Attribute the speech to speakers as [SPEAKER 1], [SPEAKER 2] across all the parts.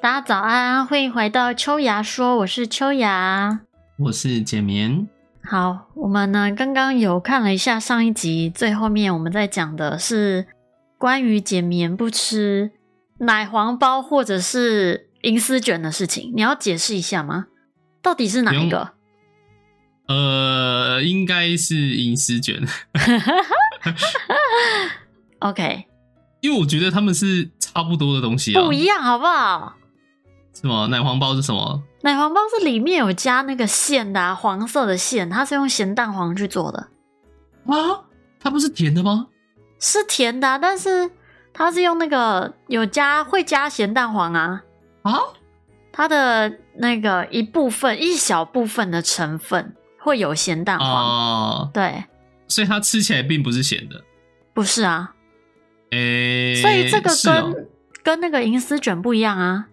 [SPEAKER 1] 大家早安，欢迎回到秋芽说，我是秋芽。
[SPEAKER 2] 我是简眠。
[SPEAKER 1] 好，我们呢刚刚有看了一下上一集，最后面我们在讲的是关于减棉不吃奶黄包或者是银丝卷的事情，你要解释一下吗？到底是哪一个？
[SPEAKER 2] 呃，应该是银丝卷，
[SPEAKER 1] OK，
[SPEAKER 2] 因为我觉得他们是差不多的东西啊
[SPEAKER 1] 不，一样好不好？
[SPEAKER 2] 是吗？奶黄包是什么？
[SPEAKER 1] 奶黄包是里面有加那个馅的、啊，黄色的馅，它是用咸蛋黄去做的，
[SPEAKER 2] 啊，它不是甜的吗？
[SPEAKER 1] 是甜的啊、但是它是用那个有加会加咸蛋黄啊，
[SPEAKER 2] 啊，
[SPEAKER 1] 它的那个一部分一小部分的成分会有咸蛋黄，
[SPEAKER 2] 哦，
[SPEAKER 1] 对，
[SPEAKER 2] 所以它吃起来并不是咸的。
[SPEAKER 1] 不是啊，
[SPEAKER 2] 诶、
[SPEAKER 1] 所以这个
[SPEAKER 2] 是
[SPEAKER 1] 跟、
[SPEAKER 2] 哦
[SPEAKER 1] 跟那个银丝卷不一样啊，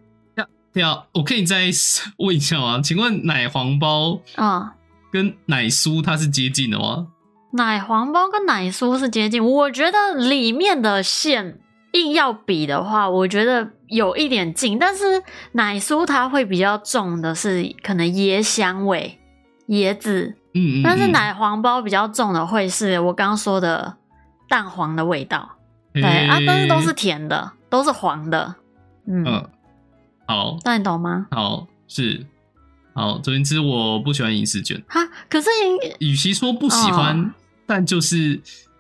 [SPEAKER 2] 对啊，我可以再问一下吗？请问奶黄包
[SPEAKER 1] 嗯。
[SPEAKER 2] 跟奶酥它是接近的吗？
[SPEAKER 1] 奶黄包跟奶酥是接近，我觉得里面的馅硬要比的话，我觉得有一点近，但是奶酥它会比较重的是可能椰香味、椰子，
[SPEAKER 2] 嗯嗯嗯，
[SPEAKER 1] 但是奶黄包比较重的会是我刚刚说的蛋黄的味道，
[SPEAKER 2] 对
[SPEAKER 1] 对啊，但是都是甜的，都是黄的，嗯，
[SPEAKER 2] 嗯，好
[SPEAKER 1] 那你懂吗？
[SPEAKER 2] 好是好，总而言之我不喜欢银丝卷。
[SPEAKER 1] 哈，可是银
[SPEAKER 2] 与其说不喜欢，
[SPEAKER 1] 哦
[SPEAKER 2] 但就是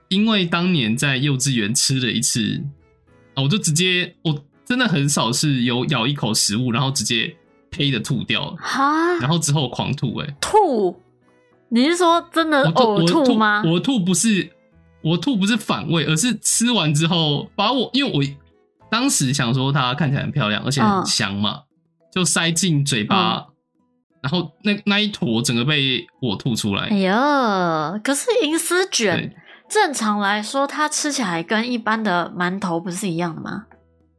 [SPEAKER 2] 因为当年在幼稚园吃了一次，啊我就直接我真的很少是有咬一口食物，然后直接呸的吐掉 了，
[SPEAKER 1] 哈
[SPEAKER 2] 然后之后狂吐、欸，哎，
[SPEAKER 1] 吐，你是说真的
[SPEAKER 2] 我吐
[SPEAKER 1] 呕
[SPEAKER 2] 我
[SPEAKER 1] 吐吗？
[SPEAKER 2] 我吐不是我吐不是反胃，而是吃完之后把我因为我当时想说它看起来很漂亮，而且
[SPEAKER 1] 嗯
[SPEAKER 2] 很香嘛，就塞进嘴巴，然后那那一坨整个被我吐出来，
[SPEAKER 1] 哎呀，可是银丝卷
[SPEAKER 2] 对
[SPEAKER 1] 正常来说，它吃起来跟一般的馒头不是一样的吗？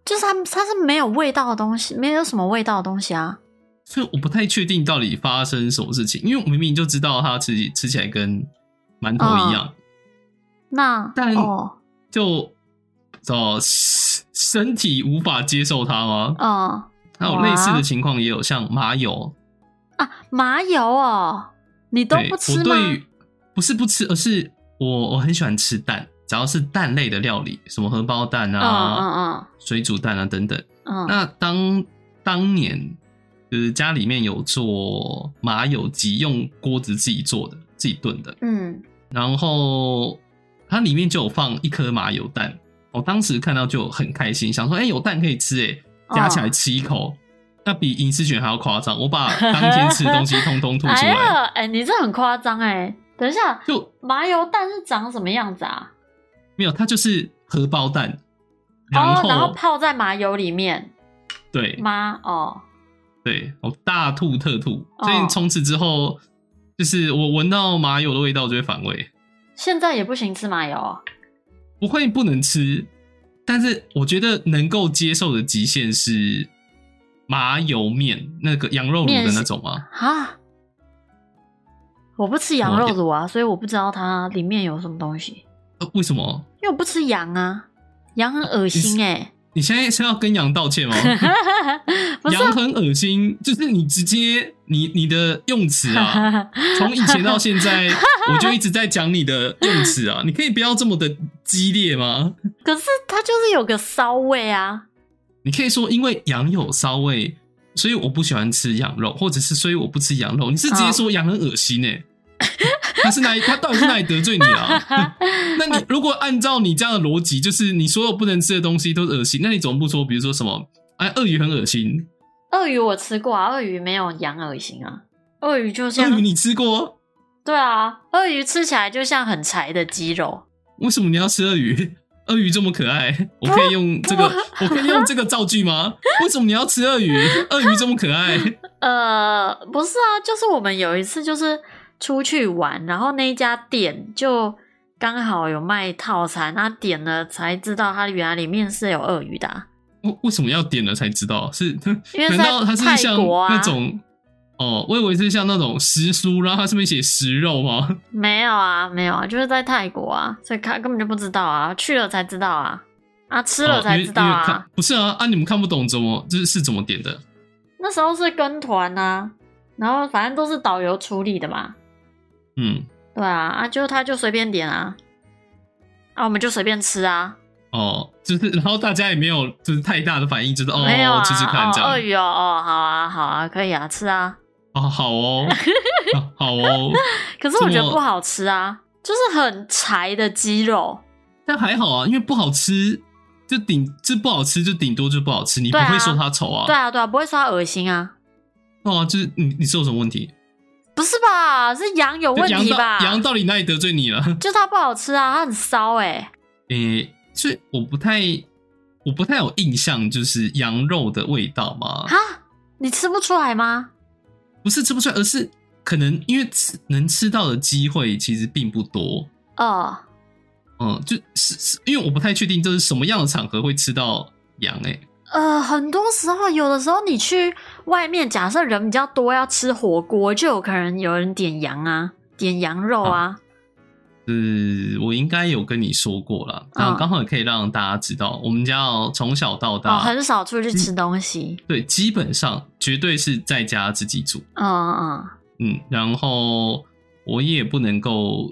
[SPEAKER 1] 就是它它是没有味道的东西，没有什么味道的东西啊。
[SPEAKER 2] 所以我不太确定到底发生什么事情，因为我明明就知道它吃起吃起来跟馒头一样，
[SPEAKER 1] 嗯那
[SPEAKER 2] 但
[SPEAKER 1] 哦
[SPEAKER 2] 就哦身体无法接受它吗？
[SPEAKER 1] 哦
[SPEAKER 2] 那有类似的情况也有，像麻油，
[SPEAKER 1] 啊，麻油哦，你都
[SPEAKER 2] 对
[SPEAKER 1] 不吃
[SPEAKER 2] 我
[SPEAKER 1] 吗？
[SPEAKER 2] 对于不是不吃，而是我我很喜欢吃蛋，只要是蛋类的料理，什么荷包蛋
[SPEAKER 1] 嗯
[SPEAKER 2] 啊、
[SPEAKER 1] 嗯
[SPEAKER 2] 水煮蛋啊等等。
[SPEAKER 1] 嗯嗯，
[SPEAKER 2] 那当当年就是家里面有做麻油鸡，用锅子自己做的，自己炖的。
[SPEAKER 1] 嗯
[SPEAKER 2] 然后它里面就有放一颗麻油蛋。我当时看到就很开心，想说：“哎、有蛋可以吃、欸，
[SPEAKER 1] 哦
[SPEAKER 2] 哎，夹起来吃一口，那比银丝卷还要夸张。”我把当天吃的东西通通吐出
[SPEAKER 1] 哎
[SPEAKER 2] 来，
[SPEAKER 1] 呀，哎，你这很夸张哎！等一下，
[SPEAKER 2] 就
[SPEAKER 1] 麻油蛋是长什么样子啊？
[SPEAKER 2] 没有，它就是荷包蛋，
[SPEAKER 1] 哦，
[SPEAKER 2] 后,、
[SPEAKER 1] 然后泡在麻油里面，
[SPEAKER 2] 对
[SPEAKER 1] 麻哦，
[SPEAKER 2] 对，我大吐特吐，
[SPEAKER 1] 哦
[SPEAKER 2] 所以从此之后，就是我闻到麻油的味道就会反胃，
[SPEAKER 1] 现在也不行吃麻油哦。
[SPEAKER 2] 不会不能吃，但是我觉得能够接受的极限是麻油面，那个羊肉卤
[SPEAKER 1] 面
[SPEAKER 2] 的
[SPEAKER 1] 是
[SPEAKER 2] 那种吗？
[SPEAKER 1] 啊，我不吃羊肉卤啊，所以我不知道它里面有什么东西，
[SPEAKER 2] 呃为什么？
[SPEAKER 1] 因为我不吃羊啊，羊很恶心哎、
[SPEAKER 2] 你现在是要跟羊道歉吗？
[SPEAKER 1] 不是啊
[SPEAKER 2] 羊很恶心，就是你直接你你的用词 啊，
[SPEAKER 1] 啊，
[SPEAKER 2] 从以前到现在，我就一直在讲你的用词啊，你可以不要这么的激烈吗？
[SPEAKER 1] 可是它就是有个骚味啊，
[SPEAKER 2] 你可以说因为羊有骚味，所以我不喜欢吃羊肉，或者是所以我不吃羊肉。你是直接说羊很恶心哎、他是哪里？他到底是哪里得罪你啊？ 那你如果按照你这样的逻辑，就是你所有不能吃的东西都是恶心，那你总不说比如说什么？哎，鳄鱼很恶心，
[SPEAKER 1] 鳄鱼我吃过啊，鳄鱼没有羊恶心啊，鳄鱼就
[SPEAKER 2] 鳄
[SPEAKER 1] 像
[SPEAKER 2] 鱼你吃过？
[SPEAKER 1] 对啊，鳄鱼吃起来就像很柴的鸡肉，
[SPEAKER 2] 为什么你要吃鳄鱼？鳄鱼这么可爱，我可以用这个，我可以用这个造句吗？为什么你要吃鳄鱼？鳄鱼这么可爱，
[SPEAKER 1] 呃，不是啊，就是我们有一次就是出去玩，然后那一家店就刚好有卖套餐，那点了才知道它原来里面是有鳄鱼的啊、
[SPEAKER 2] 为为什么要点了才知道？是
[SPEAKER 1] 因为
[SPEAKER 2] 难道它是
[SPEAKER 1] 在泰
[SPEAKER 2] 像
[SPEAKER 1] 国啊
[SPEAKER 2] 那种、哦？我以为是像那种食书，然后它上面写食肉吗？
[SPEAKER 1] 没有啊，没有啊，就是在泰国啊，所以他根本就不知道啊，去了才知道啊。啊，吃了才知道
[SPEAKER 2] 哦因为因为
[SPEAKER 1] 啊
[SPEAKER 2] 看。不是啊啊！你们看不懂怎么这是怎么点的？
[SPEAKER 1] 那时候是跟团呐、啊，然后反正都是导游处理的嘛。
[SPEAKER 2] 嗯，
[SPEAKER 1] 对啊，啊就他就随便点啊，啊我们就随便吃啊，
[SPEAKER 2] 哦，就是然后大家也没有就是太大的反应，就是哦，
[SPEAKER 1] 没有啊，
[SPEAKER 2] 吃吃看
[SPEAKER 1] 哦
[SPEAKER 2] 这样。
[SPEAKER 1] 鳄鱼哦，哦好啊好啊，可以啊吃啊，
[SPEAKER 2] 哦，好哦，啊好哦，
[SPEAKER 1] 可是我觉
[SPEAKER 2] 这
[SPEAKER 1] 得
[SPEAKER 2] 么
[SPEAKER 1] 不好吃啊，就是很柴的鸡肉，
[SPEAKER 2] 但还好啊，因为不好吃，就顶这不好吃就顶多就不好吃，你不
[SPEAKER 1] 对啊
[SPEAKER 2] 会说它丑啊。
[SPEAKER 1] 对啊对啊，不会说它恶心啊，
[SPEAKER 2] 哦，就是你你是有什么问题？
[SPEAKER 1] 不是吧？是羊有问
[SPEAKER 2] 羊
[SPEAKER 1] 题
[SPEAKER 2] 到
[SPEAKER 1] 吧？
[SPEAKER 2] 羊到底哪里得罪你了？
[SPEAKER 1] 就它不好吃啊，它很骚哎、
[SPEAKER 2] 诶、所以我不太我不太有印象，就是羊肉的味道嘛，
[SPEAKER 1] 哈，你吃不出来吗？
[SPEAKER 2] 不是吃不出来，而是可能因为吃能吃到的机会其实并不多。
[SPEAKER 1] 哦，
[SPEAKER 2] 嗯，就是是因为我不太确定，就是什么样的场合会吃到羊、欸？
[SPEAKER 1] 呃，很多时候，有的时候你去外面，假设人比较多，要吃火锅，就有可能有人点羊啊，点羊肉啊。
[SPEAKER 2] 是我应该有跟你说过了，然
[SPEAKER 1] 嗯
[SPEAKER 2] 后刚好也可以让大家知道，我们家哦从小到
[SPEAKER 1] 哦，
[SPEAKER 2] 大，
[SPEAKER 1] 很少出去吃东西。
[SPEAKER 2] 对，啊基本上绝对是在家自己煮，
[SPEAKER 1] 嗯嗯
[SPEAKER 2] 嗯，然后我也不能够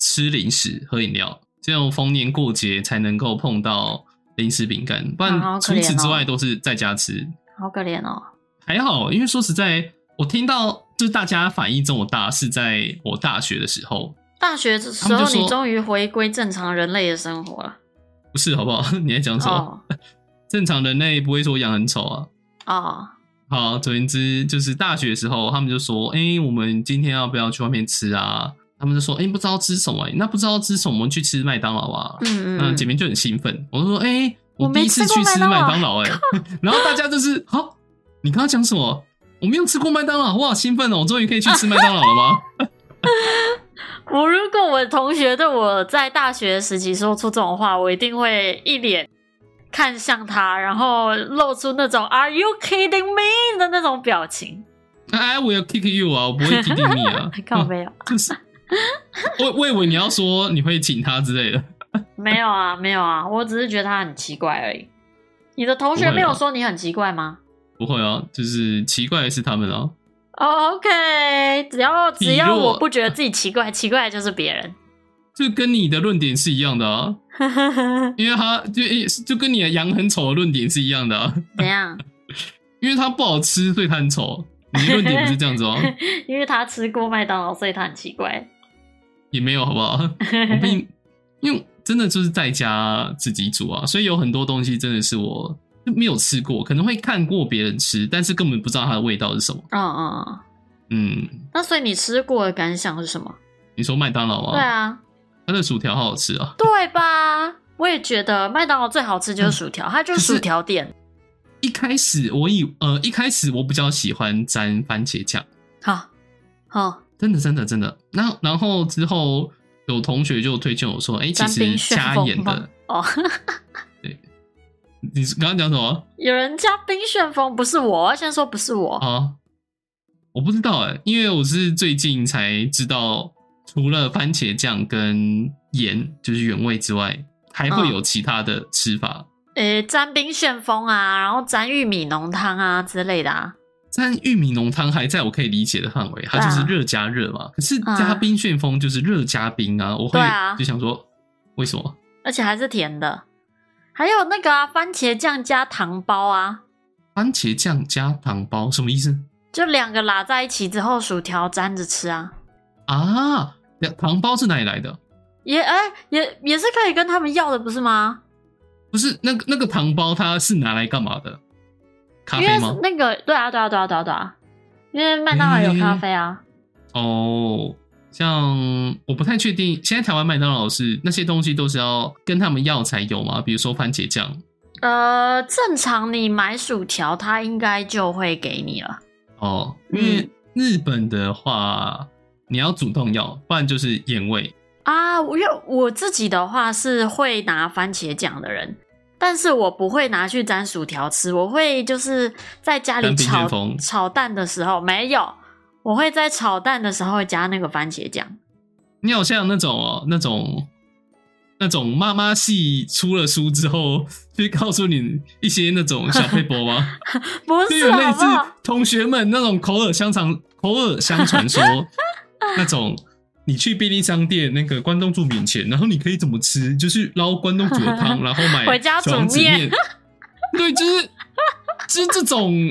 [SPEAKER 2] 吃零食、喝饮料，只有逢年过节才能够碰到零食饼干，不
[SPEAKER 1] 啊好
[SPEAKER 2] 然
[SPEAKER 1] 可
[SPEAKER 2] 除
[SPEAKER 1] 怜
[SPEAKER 2] 此之
[SPEAKER 1] 哦
[SPEAKER 2] 外都是在家吃。
[SPEAKER 1] 好可怜哦。
[SPEAKER 2] 还好，因为说实在，我听到就是大家反应这么大，是在我大学的时候，
[SPEAKER 1] 大学的时
[SPEAKER 2] 他们
[SPEAKER 1] 候，
[SPEAKER 2] 就说
[SPEAKER 1] 你终于回归正常人类的生活了。
[SPEAKER 2] 不是好不好？ 你在讲什么？
[SPEAKER 1] 哦
[SPEAKER 2] 正常人类不会说羊很丑啊。
[SPEAKER 1] 哦，
[SPEAKER 2] 好，总而言之，就是大学的时候，他们就说：“哎、我们今天要不要去外面吃啊？”他们就说：“哎、不知道吃什么、诶那不知道吃什么，我们去吃麦当劳啊。
[SPEAKER 1] 嗯嗯
[SPEAKER 2] 那
[SPEAKER 1] 嗯，
[SPEAKER 2] 姐妹就很兴奋，我就说：“哎、
[SPEAKER 1] 我
[SPEAKER 2] 我
[SPEAKER 1] 没
[SPEAKER 2] 第一次
[SPEAKER 1] 吃过
[SPEAKER 2] 去吃
[SPEAKER 1] 麦当
[SPEAKER 2] 麦
[SPEAKER 1] 劳
[SPEAKER 2] 当劳、诶哎 然后大家就是：“好、你刚刚讲什么？我没有吃过麦当劳，我好兴奋哦！我终于可以去吃麦当劳了吗？”
[SPEAKER 1] 我如果我同学对我在大学时期说出这种话，我一定会一脸看向他，然后露出那种 “Are you kidding me” 的那种表情。，
[SPEAKER 2] 哎，我要 kick you 啊，我不会 kick 你啊
[SPEAKER 1] 靠没有、
[SPEAKER 2] 就是我我以为你要说你会请他之类的，
[SPEAKER 1] 没有啊，没有啊，我只是觉得他很奇怪而已。你的同学
[SPEAKER 2] 不会啊
[SPEAKER 1] 没有说你很奇怪吗？
[SPEAKER 2] 不会啊，就是奇怪的是他们啊。
[SPEAKER 1] 哦、o k 只要只要
[SPEAKER 2] 你若
[SPEAKER 1] 我不觉得自己奇怪，奇怪的就是别人。
[SPEAKER 2] 就跟你的论点是一样的啊，因为他就就跟你的羊很丑的论点是一样的啊，
[SPEAKER 1] 怎样？
[SPEAKER 2] 因为它不好吃，所以它很丑。你的论点不是这样子哦，
[SPEAKER 1] 因为他吃过麦当劳，所以他很奇怪。
[SPEAKER 2] 也没有好 不好？我并因为真的就是在家自己煮啊，所以有很多东西真的是我就没有吃过，可能会看过别人吃，但是根本不知道它的味道是什么。
[SPEAKER 1] 嗯嗯嗯。
[SPEAKER 2] 嗯，
[SPEAKER 1] 那所以你吃过的感想是什么？
[SPEAKER 2] 你说麦当劳
[SPEAKER 1] 对
[SPEAKER 2] 啊，
[SPEAKER 1] 啊，
[SPEAKER 2] 它的薯条好好吃啊，
[SPEAKER 1] 对吧？我也觉得麦当劳最好吃就是薯条，它就是
[SPEAKER 2] 嗯可是
[SPEAKER 1] 薯条店。
[SPEAKER 2] 一开始我以呃一开始我比较喜欢沾番茄酱，
[SPEAKER 1] 好，好，
[SPEAKER 2] 真的真的真的。然后然后之后有同学就推荐我说，哎、其
[SPEAKER 1] 沾冰
[SPEAKER 2] 实
[SPEAKER 1] 旋
[SPEAKER 2] 加
[SPEAKER 1] 风
[SPEAKER 2] 盐
[SPEAKER 1] 吗
[SPEAKER 2] 的，？
[SPEAKER 1] 哦，
[SPEAKER 2] 你是刚刚讲什么
[SPEAKER 1] 有人加冰旋风，不是我，我要先说不是我。
[SPEAKER 2] 啊？我不知道哎、因为我是最近才知道，除了番茄酱跟盐就是原味之外，还会有其他的吃法。
[SPEAKER 1] 呃，沾冰旋风啊，然后沾玉米浓汤啊之类的啊。
[SPEAKER 2] 但玉米浓汤还在我可以理解的范围，它
[SPEAKER 1] 对啊
[SPEAKER 2] 就是热加热嘛。可是
[SPEAKER 1] 啊
[SPEAKER 2] 加冰旋风就是热加冰啊，我会
[SPEAKER 1] 对啊
[SPEAKER 2] 就想说，为什么？
[SPEAKER 1] 而且还是甜的。还有那个啊，番茄酱加糖包啊，
[SPEAKER 2] 番茄酱加糖包什么意思？
[SPEAKER 1] 就两个拉在一起之后，薯条沾着吃啊，
[SPEAKER 2] 啊，那糖包是哪里来的？
[SPEAKER 1] 也哎、也也是可以跟他们要的，不是吗？
[SPEAKER 2] 不是那个那个糖包，它是拿来干嘛的？咖
[SPEAKER 1] 因
[SPEAKER 2] 啡
[SPEAKER 1] 为
[SPEAKER 2] 吗？
[SPEAKER 1] 那个对啊对啊对啊对啊对啊，因为麦当劳有咖啡啊，
[SPEAKER 2] 哦，像我不太确定，现在台湾麦当劳是那些东西都是要跟他们要才有吗？比如说番茄酱。
[SPEAKER 1] 呃，正常你买薯条，它应该就会给你了。
[SPEAKER 2] 哦，
[SPEAKER 1] 嗯
[SPEAKER 2] 因为日本的话，你要主动要，不然就是盐味。
[SPEAKER 1] 啊，我因为我自己的话是会拿番茄酱的人，但是我不会拿去沾薯条吃，我会就是在家里
[SPEAKER 2] 沾冰
[SPEAKER 1] 炒
[SPEAKER 2] 旋风
[SPEAKER 1] 炒蛋的时候没有，我会在炒蛋的时候加那个番茄酱。
[SPEAKER 2] 你好像那种哦，那种那种妈妈系出了书之后，就告诉你一些那种小配博吗？
[SPEAKER 1] 不
[SPEAKER 2] 就是有类
[SPEAKER 1] 好不
[SPEAKER 2] 似
[SPEAKER 1] 好？
[SPEAKER 2] 同学们那种口耳相传、口耳相 传说那种，你去便利商店那个关东煮面前，然后你可以怎么吃，就是捞关东煮 的汤，然后买
[SPEAKER 1] 回家煮
[SPEAKER 2] 小王子
[SPEAKER 1] 面
[SPEAKER 2] 面。对，就是就是这种，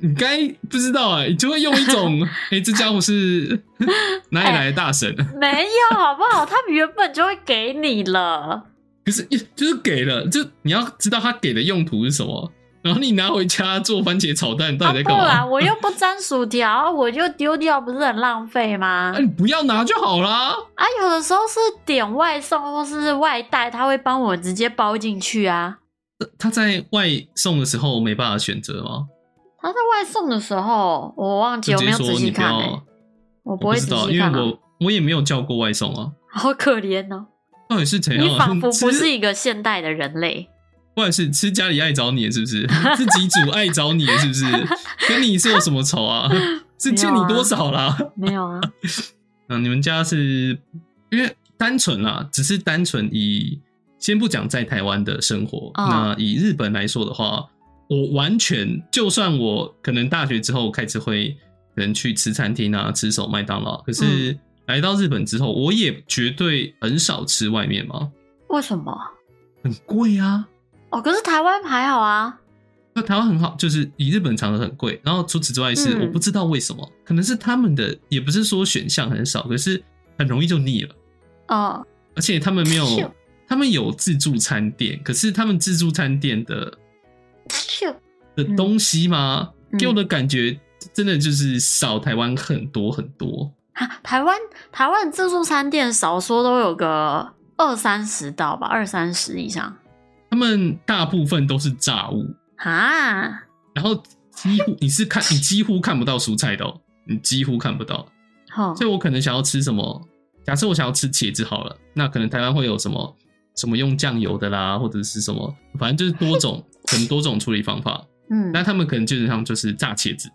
[SPEAKER 2] 你该不知道哎、你就会用一种 哎、诶这家伙是 哪里来的大神？
[SPEAKER 1] 没有好不好？他们原本就会给你了。
[SPEAKER 2] 可是就是给了，就你要知道他给的用途是什么，然后你拿回家做番茄炒蛋，到
[SPEAKER 1] 啊，
[SPEAKER 2] 底在
[SPEAKER 1] 不
[SPEAKER 2] 干嘛？
[SPEAKER 1] 然我又不沾薯条，我就丢掉，不是很浪费吗
[SPEAKER 2] 啊，？你不要拿就好啦。
[SPEAKER 1] 啊，有的时候是点外送或是外带，他会帮我直接包进去啊。
[SPEAKER 2] 他在外送的时候没办法选择吗？
[SPEAKER 1] 他在外送的时候，我忘记
[SPEAKER 2] 就
[SPEAKER 1] 我
[SPEAKER 2] 直
[SPEAKER 1] 没
[SPEAKER 2] 接
[SPEAKER 1] 有
[SPEAKER 2] 说
[SPEAKER 1] 仔细
[SPEAKER 2] 你不
[SPEAKER 1] 看
[SPEAKER 2] 要，啊
[SPEAKER 1] 诶、我
[SPEAKER 2] 我
[SPEAKER 1] 不会
[SPEAKER 2] 知
[SPEAKER 1] 仔
[SPEAKER 2] 道，
[SPEAKER 1] 细
[SPEAKER 2] 因
[SPEAKER 1] 看、
[SPEAKER 2] 为
[SPEAKER 1] 啊，
[SPEAKER 2] 我我也没有叫过外送啊。
[SPEAKER 1] 好可怜哦。
[SPEAKER 2] 到底是怎样、啊？
[SPEAKER 1] 你仿佛
[SPEAKER 2] 吃
[SPEAKER 1] 不是一个现代的人类。
[SPEAKER 2] 或者是吃家里爱找你是不是？ 自己煮爱找你是不是？跟你是有什么仇啊？是欠你多少啦？
[SPEAKER 1] 没有啊，
[SPEAKER 2] 嗯，你们家是因为单纯啦，只是单纯以先不讲在台湾的生活，
[SPEAKER 1] 哦
[SPEAKER 2] 那以日本来说的话，我完全就算我可能大学之后开始会可能去吃餐厅啊，吃手麦当劳，可
[SPEAKER 1] 嗯
[SPEAKER 2] 是来到日本之后，我也绝对很少吃外面嘛，
[SPEAKER 1] 为什么？
[SPEAKER 2] 很贵啊。
[SPEAKER 1] 哦，可是台湾还好啊。
[SPEAKER 2] 那台湾很好，就是以日本长得很贵，然后除此之外是
[SPEAKER 1] 嗯
[SPEAKER 2] 我不知道为什么，可能是他们的也不是说选项很少，可是很容易就腻了。
[SPEAKER 1] 哦，
[SPEAKER 2] 而且他们没
[SPEAKER 1] 咻
[SPEAKER 2] 有，他们有自助餐店，可是他们自助餐店的
[SPEAKER 1] 咻
[SPEAKER 2] 的
[SPEAKER 1] 嗯
[SPEAKER 2] 东西嘛，
[SPEAKER 1] 嗯
[SPEAKER 2] 给我的感觉真的就是少台湾很多很多。
[SPEAKER 1] 啊，台湾台湾自助餐店少说都有个二三十道吧，二三十以上
[SPEAKER 2] 他们大部分都是炸物，
[SPEAKER 1] 啊，
[SPEAKER 2] 然后几 乎你是看你几乎看不到蔬菜的、哦，你几乎看不到。
[SPEAKER 1] 吼
[SPEAKER 2] 所以我可能想要吃什么，假设我想要吃茄子好了，那可能台湾会有什么什么用酱油的啦，或者是什么，反正就是 多种很多种处理方法。
[SPEAKER 1] 嗯，
[SPEAKER 2] 那他们可能基本上就是炸茄子。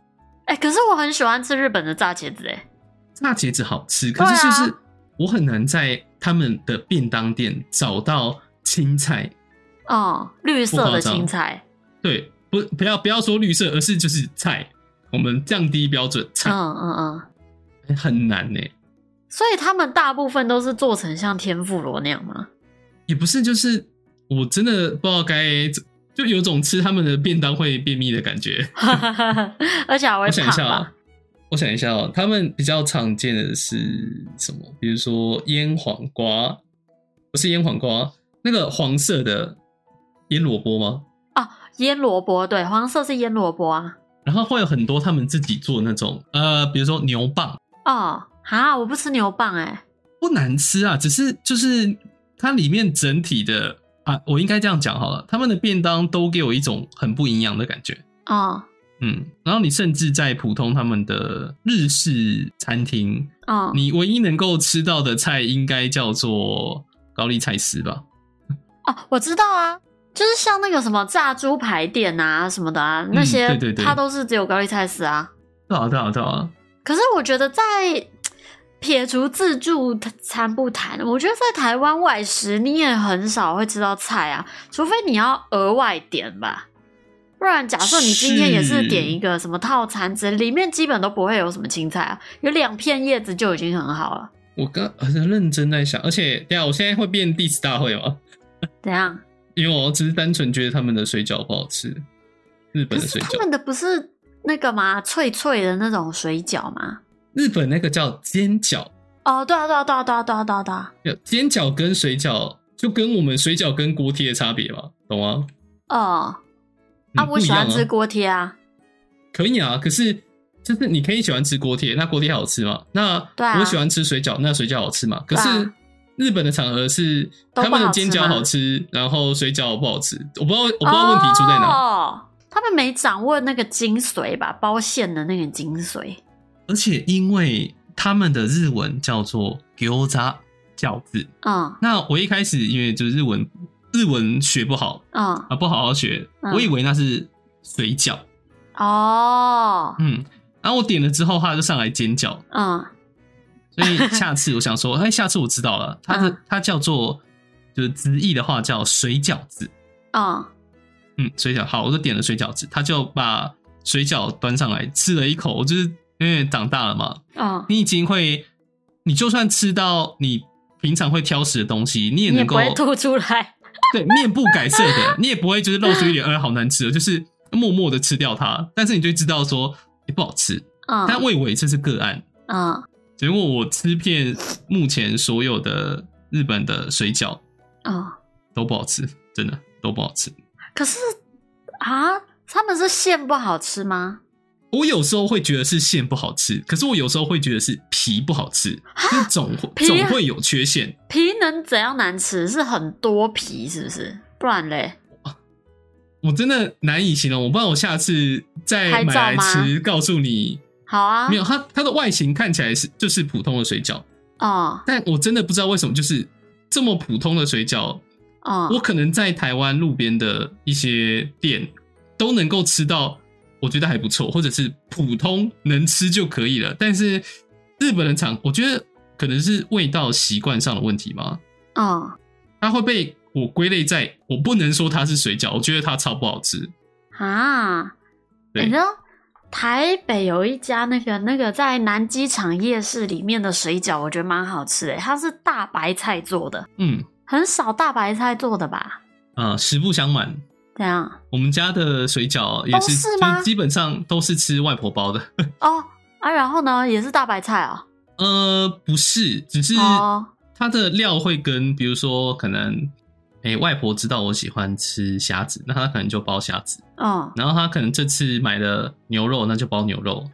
[SPEAKER 1] 哎、可是我很喜欢吃日本的炸茄子，哎，
[SPEAKER 2] 炸茄子好吃，
[SPEAKER 1] 对
[SPEAKER 2] 可
[SPEAKER 1] 啊
[SPEAKER 2] 是就是我很难在他们的便当店找到青菜。
[SPEAKER 1] 哦，绿色
[SPEAKER 2] 不夸
[SPEAKER 1] 的
[SPEAKER 2] 张
[SPEAKER 1] 青菜，
[SPEAKER 2] 对，不不要不要说绿色，而是就是菜。我们降低标准，菜、
[SPEAKER 1] 嗯嗯嗯，
[SPEAKER 2] 很难欸呢、
[SPEAKER 1] 所以他们大部分都是做成像天妇罗那样吗？
[SPEAKER 2] 也不是就是我真的不知道该，就有种吃他们的便当会便秘的感觉。
[SPEAKER 1] 而且还会
[SPEAKER 2] 我想一
[SPEAKER 1] 胖
[SPEAKER 2] 下
[SPEAKER 1] 吧
[SPEAKER 2] 啊？，我想一下哦、他们比较常见的是什么？比如说腌黄瓜，不是腌黄瓜，那个黄色的腌萝卜吗？
[SPEAKER 1] 哦，腌萝卜，对，黄色是腌萝卜啊。
[SPEAKER 2] 然后会有很多他们自己做那种，呃，比如说牛蒡，
[SPEAKER 1] 哦，哈，我不吃牛蒡哎、
[SPEAKER 2] 不难吃啊，只是就是它里面整体的啊，我应该这样讲好了，他们的便当都给我一种很不营养的感觉，
[SPEAKER 1] 哦
[SPEAKER 2] 嗯，然后你甚至在普通他们的日式餐厅，
[SPEAKER 1] 哦，
[SPEAKER 2] 你唯一能够吃到的菜应该叫做高丽菜丝吧？
[SPEAKER 1] 哦，我知道啊，就是像那个什么炸猪排店啊什么的啊，那些、
[SPEAKER 2] 嗯对对对
[SPEAKER 1] 它都是只有高丽菜丝啊。
[SPEAKER 2] 对啊，对啊，对啊，
[SPEAKER 1] 可是我觉得在撇除自助餐不谈，我觉得在台湾外食你也很少会吃到菜啊，除非你要额外点吧。不然，假设你今天也是
[SPEAKER 2] 是
[SPEAKER 1] 点一个什么套餐之类，里面基本都不会有什么青菜啊，有两片叶子就已经很好了。
[SPEAKER 2] 我刚很认真在想，而且等一下我现在会变 diss 大会吗？
[SPEAKER 1] 怎样？
[SPEAKER 2] 因为我只是单纯觉得他们的水饺不好吃，日
[SPEAKER 1] 可
[SPEAKER 2] 本的
[SPEAKER 1] 是
[SPEAKER 2] 水
[SPEAKER 1] 他
[SPEAKER 2] 饺，
[SPEAKER 1] 们的不是那个吗？脆脆的那种水饺吗？
[SPEAKER 2] 日本那个叫煎饺，
[SPEAKER 1] 哦，对啊，对啊，对啊，对啊，对啊，对啊，对啊。
[SPEAKER 2] 煎饺跟水饺就跟我们水饺跟锅贴的差别嘛，懂吗？
[SPEAKER 1] 哦，
[SPEAKER 2] 嗯
[SPEAKER 1] 啊，我喜欢
[SPEAKER 2] 不一
[SPEAKER 1] 吃
[SPEAKER 2] 样啊，
[SPEAKER 1] 锅贴啊。
[SPEAKER 2] 可以啊，可是。就是你可以喜欢吃锅贴，那锅贴好吃嘛？那
[SPEAKER 1] 对啊
[SPEAKER 2] 我喜欢吃水饺，那水饺好吃嘛？可
[SPEAKER 1] 对啊
[SPEAKER 2] 是日本的场合是
[SPEAKER 1] 都不好吃吗
[SPEAKER 2] 他们的煎饺好吃，然后水饺不好吃，我不知道我不知道问题出在哪。
[SPEAKER 1] 哦，他们没掌握那个精髓吧？包馅的那个精髓。
[SPEAKER 2] 而且因为他们的日文叫做 gyoza 饺子，
[SPEAKER 1] 嗯
[SPEAKER 2] 那我一开始因为就是日文日文学不好
[SPEAKER 1] 嗯
[SPEAKER 2] 啊，不好好学，
[SPEAKER 1] 嗯
[SPEAKER 2] 我以为那是水饺，
[SPEAKER 1] 哦
[SPEAKER 2] 嗯，然后我点了之后，他就上来煎饺，
[SPEAKER 1] 嗯
[SPEAKER 2] 所 以下次我想说，哎，下次我知道了，它的、
[SPEAKER 1] 嗯
[SPEAKER 2] 它叫做就是直译的话叫水饺子，
[SPEAKER 1] 哦，
[SPEAKER 2] 嗯，水饺好，我就点了水饺子，他就把水饺端上来吃了一口，我就是因为长大了嘛，
[SPEAKER 1] 哦，
[SPEAKER 2] 你已经会，你就算吃到你平常会挑食的东西，你也
[SPEAKER 1] 你也
[SPEAKER 2] 能
[SPEAKER 1] 不
[SPEAKER 2] 够
[SPEAKER 1] 会吐出来。
[SPEAKER 2] 对面不改色的，你也不会就是露出一脸，呃，好难吃哦，就是默默的吃掉它，但是你就知道说也、不好吃。
[SPEAKER 1] 嗯
[SPEAKER 2] 但魏伟这是个案，
[SPEAKER 1] 嗯
[SPEAKER 2] 结果我吃遍目前所有的日本的水饺
[SPEAKER 1] 嗯，
[SPEAKER 2] 都不好吃，真的都不好吃。
[SPEAKER 1] 可是啊，他们是馅不好吃吗？
[SPEAKER 2] 我有时候会觉得是馅不好吃，可是我有时候会觉得是皮不好吃，就是总
[SPEAKER 1] 皮啊
[SPEAKER 2] 总会有缺陷。
[SPEAKER 1] 皮能怎样难吃？是很多皮是不是？不然嘞，
[SPEAKER 2] 我真的难以形容，我不知道我下次再
[SPEAKER 1] 拍
[SPEAKER 2] 买
[SPEAKER 1] 照
[SPEAKER 2] 来
[SPEAKER 1] 吗
[SPEAKER 2] 吃，告诉你。
[SPEAKER 1] 好啊，
[SPEAKER 2] 没有，它它的外形看起来是就是普通的水饺，
[SPEAKER 1] 哦
[SPEAKER 2] 但我真的不知道为什么，就是这么普通的水饺，
[SPEAKER 1] 哦，
[SPEAKER 2] 我可能在台湾路边的一些店都能够吃到，我觉得还不错，或者是普通能吃就可以了。但是日本人常，我觉得可能是味道习惯上的问题吧，
[SPEAKER 1] 哦
[SPEAKER 2] 它会被我归类在我不能说它是水饺，我觉得它超不好吃。
[SPEAKER 1] 啊，
[SPEAKER 2] 对
[SPEAKER 1] 你知道台北有一家那个那个在南机场夜市里面的水饺，我觉得蛮好吃的，它是大白菜做的，
[SPEAKER 2] 嗯
[SPEAKER 1] 很少大白菜做的吧？
[SPEAKER 2] 啊、实不相瞒，
[SPEAKER 1] 这样
[SPEAKER 2] 我们家的水饺也
[SPEAKER 1] 都
[SPEAKER 2] 是，
[SPEAKER 1] 是
[SPEAKER 2] 就
[SPEAKER 1] 吗
[SPEAKER 2] 是基本上都是吃外婆包的。
[SPEAKER 1] 哦啊，然后呢也是大白菜哦，
[SPEAKER 2] 呃，不是，只是
[SPEAKER 1] 哦
[SPEAKER 2] 它的料会跟，比如说可能，哎、外婆知道我喜欢吃虾子，那她可能就包虾子，
[SPEAKER 1] 哦
[SPEAKER 2] 然后她可能这次买了牛肉，那就包牛肉。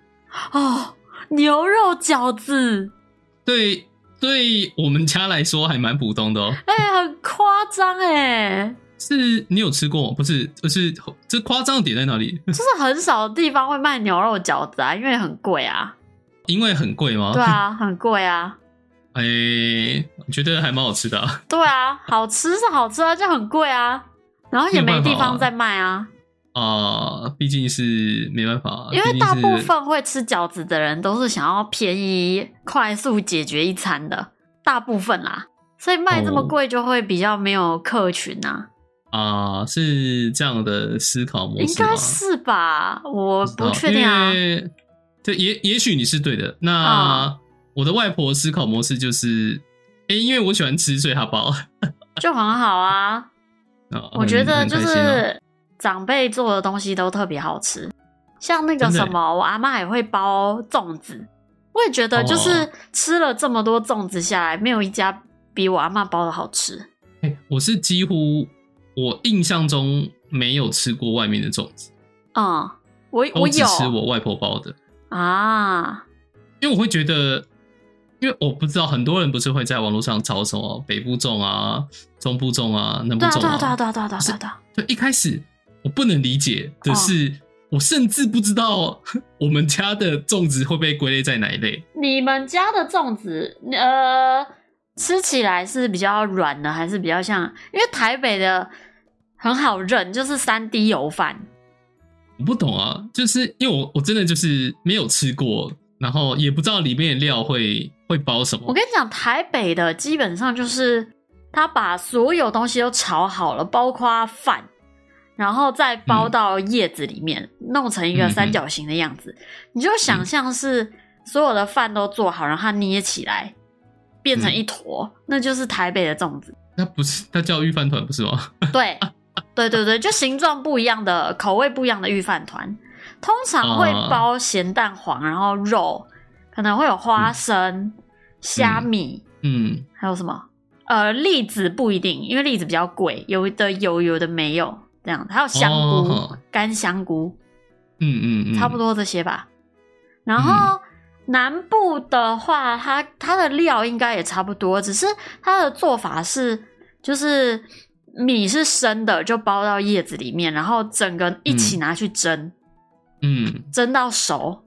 [SPEAKER 1] 哦，牛肉饺子，
[SPEAKER 2] 对，对我们家来说还蛮普通的哦。
[SPEAKER 1] 哎、很夸张 哎，
[SPEAKER 2] 是你有吃过吗？不是，就是这夸张的点在哪里？
[SPEAKER 1] 就是很少地方会卖牛肉饺子啊，因为很贵啊，
[SPEAKER 2] 因为很贵吗？
[SPEAKER 1] 对， 啊，很贵啊。
[SPEAKER 2] 哎、我觉得还蛮好吃的、啊。
[SPEAKER 1] 对啊，好吃是好吃啊，就很贵啊，然后也没地方再卖啊，
[SPEAKER 2] 啊、毕竟是没办法，
[SPEAKER 1] 因为
[SPEAKER 2] 毕竟
[SPEAKER 1] 大
[SPEAKER 2] 啊是
[SPEAKER 1] 部分会吃饺子的人都是想要便宜、快速解决一餐的，大部分啦，所以卖这
[SPEAKER 2] 哦
[SPEAKER 1] 么贵就会比较没有客群啊，
[SPEAKER 2] 啊、是这样的思考模
[SPEAKER 1] 应
[SPEAKER 2] 式吗
[SPEAKER 1] 该是吧？我
[SPEAKER 2] 知道
[SPEAKER 1] 不确定啊
[SPEAKER 2] 哦因，为对，也也许你是对的。那、
[SPEAKER 1] 啊
[SPEAKER 2] 我的外婆思考模式就是，诶，因为我喜欢吃，所以她包。
[SPEAKER 1] 就很好啊，
[SPEAKER 2] 啊
[SPEAKER 1] 我觉得
[SPEAKER 2] 很
[SPEAKER 1] 就
[SPEAKER 2] 很开心哦
[SPEAKER 1] 是长辈做的东西都特别好吃，像那个
[SPEAKER 2] 真的
[SPEAKER 1] 什
[SPEAKER 2] 欸
[SPEAKER 1] 么，我阿妈也会包粽子，我也觉得就是
[SPEAKER 2] 哦
[SPEAKER 1] 吃了这么多粽子下来，没有一家比我阿妈包的好吃。
[SPEAKER 2] 诶我是几乎我印象中没有吃过外面的粽子，
[SPEAKER 1] 嗯，我
[SPEAKER 2] 都只
[SPEAKER 1] 有
[SPEAKER 2] 吃我外婆包的，
[SPEAKER 1] 啊，
[SPEAKER 2] 因为我会觉得。因为我不知道，很多人不是会在网络上找什么北部粽啊、中部粽啊、南部
[SPEAKER 1] 对啊
[SPEAKER 2] 粽
[SPEAKER 1] 对啊对
[SPEAKER 2] 啊
[SPEAKER 1] 啊，对啊对啊对啊对啊对啊，
[SPEAKER 2] 就一开始我不能理解的
[SPEAKER 1] 嗯
[SPEAKER 2] 是，我甚至不知道 我们家的粽子会被归类在哪一类。
[SPEAKER 1] 你们家的粽子呃吃起来是比较软的，还是比较像？因为台北的很好认，就是三滴油饭。
[SPEAKER 2] 我不懂啊，就是因为我我真的就是没有吃过，然后也不知道里面的料会会包什
[SPEAKER 1] 我
[SPEAKER 2] 么。
[SPEAKER 1] 跟你讲，台北的基本上就是他把所有东西都炒好了，包括饭，然后再
[SPEAKER 2] 嗯
[SPEAKER 1] 包到叶子里面，弄成一个三角形的样子。你就想
[SPEAKER 2] 嗯
[SPEAKER 1] 象是所有的饭都做好，然后它捏起来变
[SPEAKER 2] 嗯
[SPEAKER 1] 成一坨，那就是台北的粽子。
[SPEAKER 2] 那不是那叫御饭团不是吗？
[SPEAKER 1] 对，对对对，就形状不一样的、口味不一样的御饭团，通常会
[SPEAKER 2] 啊
[SPEAKER 1] 包咸蛋黄，然后肉，可能会有花生、虾米。
[SPEAKER 2] 嗯，
[SPEAKER 1] 还有什么？呃，栗子不一定，因为栗子比较贵，有的有，有的没有，这样。还有香菇，
[SPEAKER 2] 哦
[SPEAKER 1] 干香菇，
[SPEAKER 2] 嗯嗯嗯，
[SPEAKER 1] 差不。多这些吧。然后、南部的话，它它的料应该也差不多，只是它的做法是，就是米是生的，就包到叶子里面，然后整个一起拿去蒸，
[SPEAKER 2] 嗯，
[SPEAKER 1] 蒸到熟，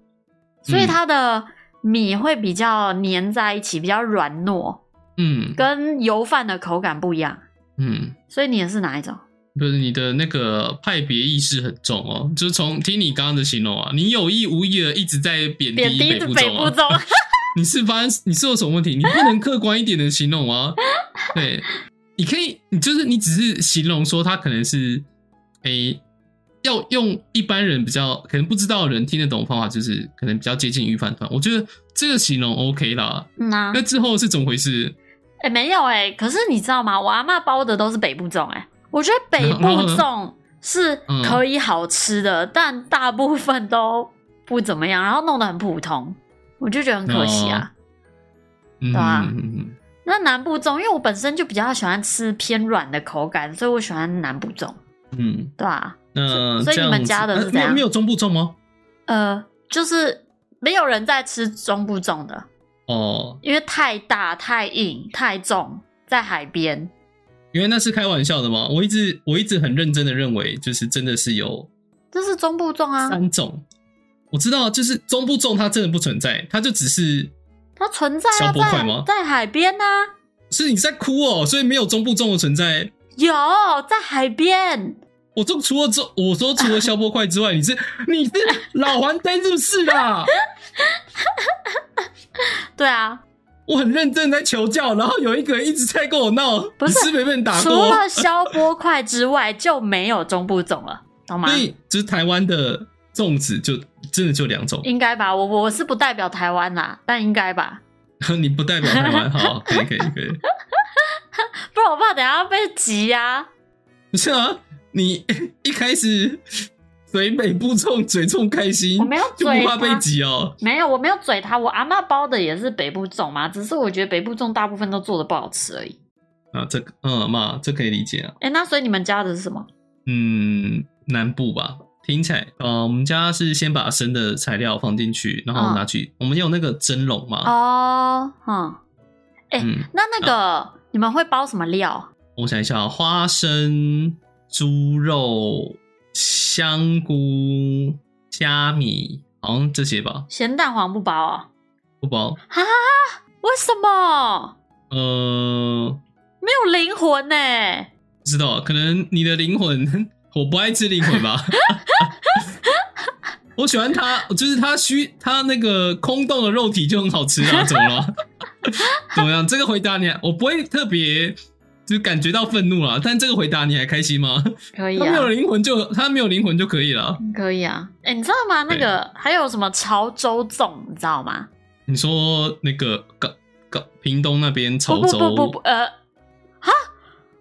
[SPEAKER 1] 所以
[SPEAKER 2] 嗯
[SPEAKER 1] 它的米会比较粘在一起，比较软糯。
[SPEAKER 2] 嗯
[SPEAKER 1] 跟油饭的口感不一样，
[SPEAKER 2] 嗯，
[SPEAKER 1] 所以你也是哪一种？
[SPEAKER 2] 不是你的那个派别意识很重哦，就是从听你刚刚的形容啊，你有意无意的一直在贬
[SPEAKER 1] 贬
[SPEAKER 2] 低
[SPEAKER 1] 低
[SPEAKER 2] 北部
[SPEAKER 1] 北
[SPEAKER 2] 粽
[SPEAKER 1] 部
[SPEAKER 2] 啊，
[SPEAKER 1] 粽，
[SPEAKER 2] 你是发生你是有什么问题？你不能客观一点的形容吗？对，你可以，你就是你只是形容说他可能是，诶、要用一般人比较可能不知道的人听得懂的方法，就是可能比较接近鱼饭团。我觉得这个形容 OK 啦。
[SPEAKER 1] 嗯呐、啊，
[SPEAKER 2] 那之后是怎么回事？
[SPEAKER 1] 哎、没有哎、可是你知道吗？我阿妈包的都是北部粽哎、我觉得北
[SPEAKER 2] 然后
[SPEAKER 1] 部
[SPEAKER 2] 呢
[SPEAKER 1] 粽是可以好吃的，
[SPEAKER 2] 嗯
[SPEAKER 1] 但大部分都不怎么样，然后弄得很普通，我就觉得很可惜啊。
[SPEAKER 2] 哦嗯
[SPEAKER 1] 对啊
[SPEAKER 2] 嗯
[SPEAKER 1] 那南部粽，因为我本身就比较喜欢吃偏软的口感，所以我喜欢南部粽，
[SPEAKER 2] 嗯，
[SPEAKER 1] 对啊，
[SPEAKER 2] 那
[SPEAKER 1] 所以
[SPEAKER 2] 这
[SPEAKER 1] 你们
[SPEAKER 2] 样子
[SPEAKER 1] 家的是
[SPEAKER 2] 呃
[SPEAKER 1] 怎
[SPEAKER 2] 没有
[SPEAKER 1] 样
[SPEAKER 2] 没有中部粽吗？
[SPEAKER 1] 呃，就是没有人在吃中部粽的，
[SPEAKER 2] 哦，
[SPEAKER 1] 因为太大、太硬、太重，在海边。
[SPEAKER 2] 原来那是开玩笑的吗？我一直我一直很认真的认为，就是真的是有
[SPEAKER 1] 这是中部粽啊，
[SPEAKER 2] 三种。我知道，就是中部粽它真的不存在，它就只是
[SPEAKER 1] 它存在
[SPEAKER 2] 小
[SPEAKER 1] 啊，
[SPEAKER 2] 波块
[SPEAKER 1] 在
[SPEAKER 2] 吗
[SPEAKER 1] 在海边呐、啊，
[SPEAKER 2] 是你在哭哦，所以没有中部粽的存在。
[SPEAKER 1] 有在海边。
[SPEAKER 2] 我就除了中，我说除了消波块之外，你是你是老还呆是不是啦？
[SPEAKER 1] 对啊，
[SPEAKER 2] 我很认真在求教，然后有一个人一直在跟我闹，
[SPEAKER 1] 不是
[SPEAKER 2] 你是没被人打
[SPEAKER 1] 除
[SPEAKER 2] 过，
[SPEAKER 1] 了消波块之外，就没有中部粽 了，懂吗
[SPEAKER 2] 所？以就是台湾的粽子就真的就两种，
[SPEAKER 1] 应该吧，我我是不代表台湾啦，但应该吧，
[SPEAKER 2] 你不代表台湾，好，可以可以可以，
[SPEAKER 1] 不然我怕等下被急啊。
[SPEAKER 2] 不是啊，你一开始嘴北部粽，嘴冲开心
[SPEAKER 1] 我，没有
[SPEAKER 2] 就不
[SPEAKER 1] 嘴啊
[SPEAKER 2] 怕被
[SPEAKER 1] 他
[SPEAKER 2] 挤哦。
[SPEAKER 1] 没有，我没有嘴他，我阿嬷包的也是北部粽嘛，只是我觉得北部粽大部分都做的不好吃而已。
[SPEAKER 2] 啊，这个嗯嘛，这可以理解啊。
[SPEAKER 1] 哎，那所以你们家的是什么？
[SPEAKER 2] 嗯，南部吧，听起来，呃，我们家是先把生的材料放进去，然后拿去，我们有那个蒸笼嘛，
[SPEAKER 1] 哦，嗯，哎
[SPEAKER 2] 嗯，
[SPEAKER 1] 那那个、你们会包什么料？
[SPEAKER 2] 我想一下啊，花生、猪肉、香菇、虾米，好像这些吧，
[SPEAKER 1] 咸蛋黄不包哦？
[SPEAKER 2] 不包，
[SPEAKER 1] 啊？为什么？
[SPEAKER 2] 呃，
[SPEAKER 1] 没有灵魂呢、
[SPEAKER 2] 不知道，可能你的灵魂，我不爱吃灵魂吧。 我喜欢它，就是它虚，它那个空洞的肉体就很好吃啊，怎么了？ 怎么样？这个回答你还，我不会特别就感觉到愤怒啦，但这个回答你还开心吗？
[SPEAKER 1] 可以
[SPEAKER 2] 它没有
[SPEAKER 1] 啊，
[SPEAKER 2] 灵魂就它没有灵魂就可以了。
[SPEAKER 1] 可以啊。哎、你知道吗？那个还有什么潮州粽，你知道吗？
[SPEAKER 2] 你说那个高高屏东那边潮
[SPEAKER 1] 不不
[SPEAKER 2] 州
[SPEAKER 1] 不不不，呃，哈，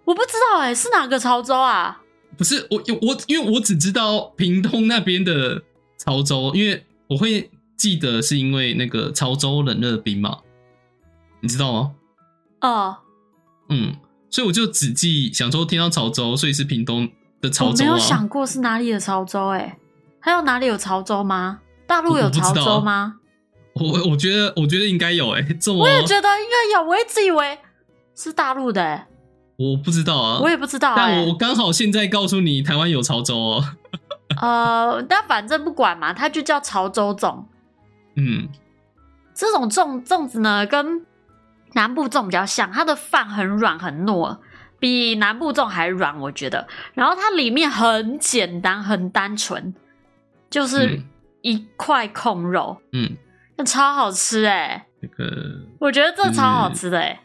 [SPEAKER 1] 我不知道哎、是哪个潮州啊？
[SPEAKER 2] 不是我我因为我只知道屏东那边的潮州，因为我会记得是因为那个潮州冷热冰嘛，你知道吗？
[SPEAKER 1] 哦、
[SPEAKER 2] 嗯，所以我就只记想说听到潮州，所以是屏东的潮
[SPEAKER 1] 我没
[SPEAKER 2] 州
[SPEAKER 1] 有
[SPEAKER 2] 啊。
[SPEAKER 1] 想过是哪里的潮州哎、还有哪里有潮州吗？大陆
[SPEAKER 2] 我
[SPEAKER 1] 有
[SPEAKER 2] 我不知
[SPEAKER 1] 潮
[SPEAKER 2] 道啊
[SPEAKER 1] 州吗？
[SPEAKER 2] 我我觉得我觉得应该有哎、这么
[SPEAKER 1] 我也觉得应该有，我一直以为是大陆的、欸，
[SPEAKER 2] 我不知道啊，
[SPEAKER 1] 我也不知道、
[SPEAKER 2] 但
[SPEAKER 1] 欸
[SPEAKER 2] 我我。刚好现在告诉你台湾有潮州哦，
[SPEAKER 1] 呃，但反正不管嘛，它就叫潮州粽。
[SPEAKER 2] 嗯
[SPEAKER 1] 这种粽粽子呢，跟南部粽比较像，它的饭很软很糯，比南部粽还软，我觉得。然后它里面很简单，很单纯，就是
[SPEAKER 2] 嗯
[SPEAKER 1] 一块控肉，
[SPEAKER 2] 嗯，
[SPEAKER 1] 那超好吃哎、
[SPEAKER 2] 那个
[SPEAKER 1] 我觉得这超好吃的哎、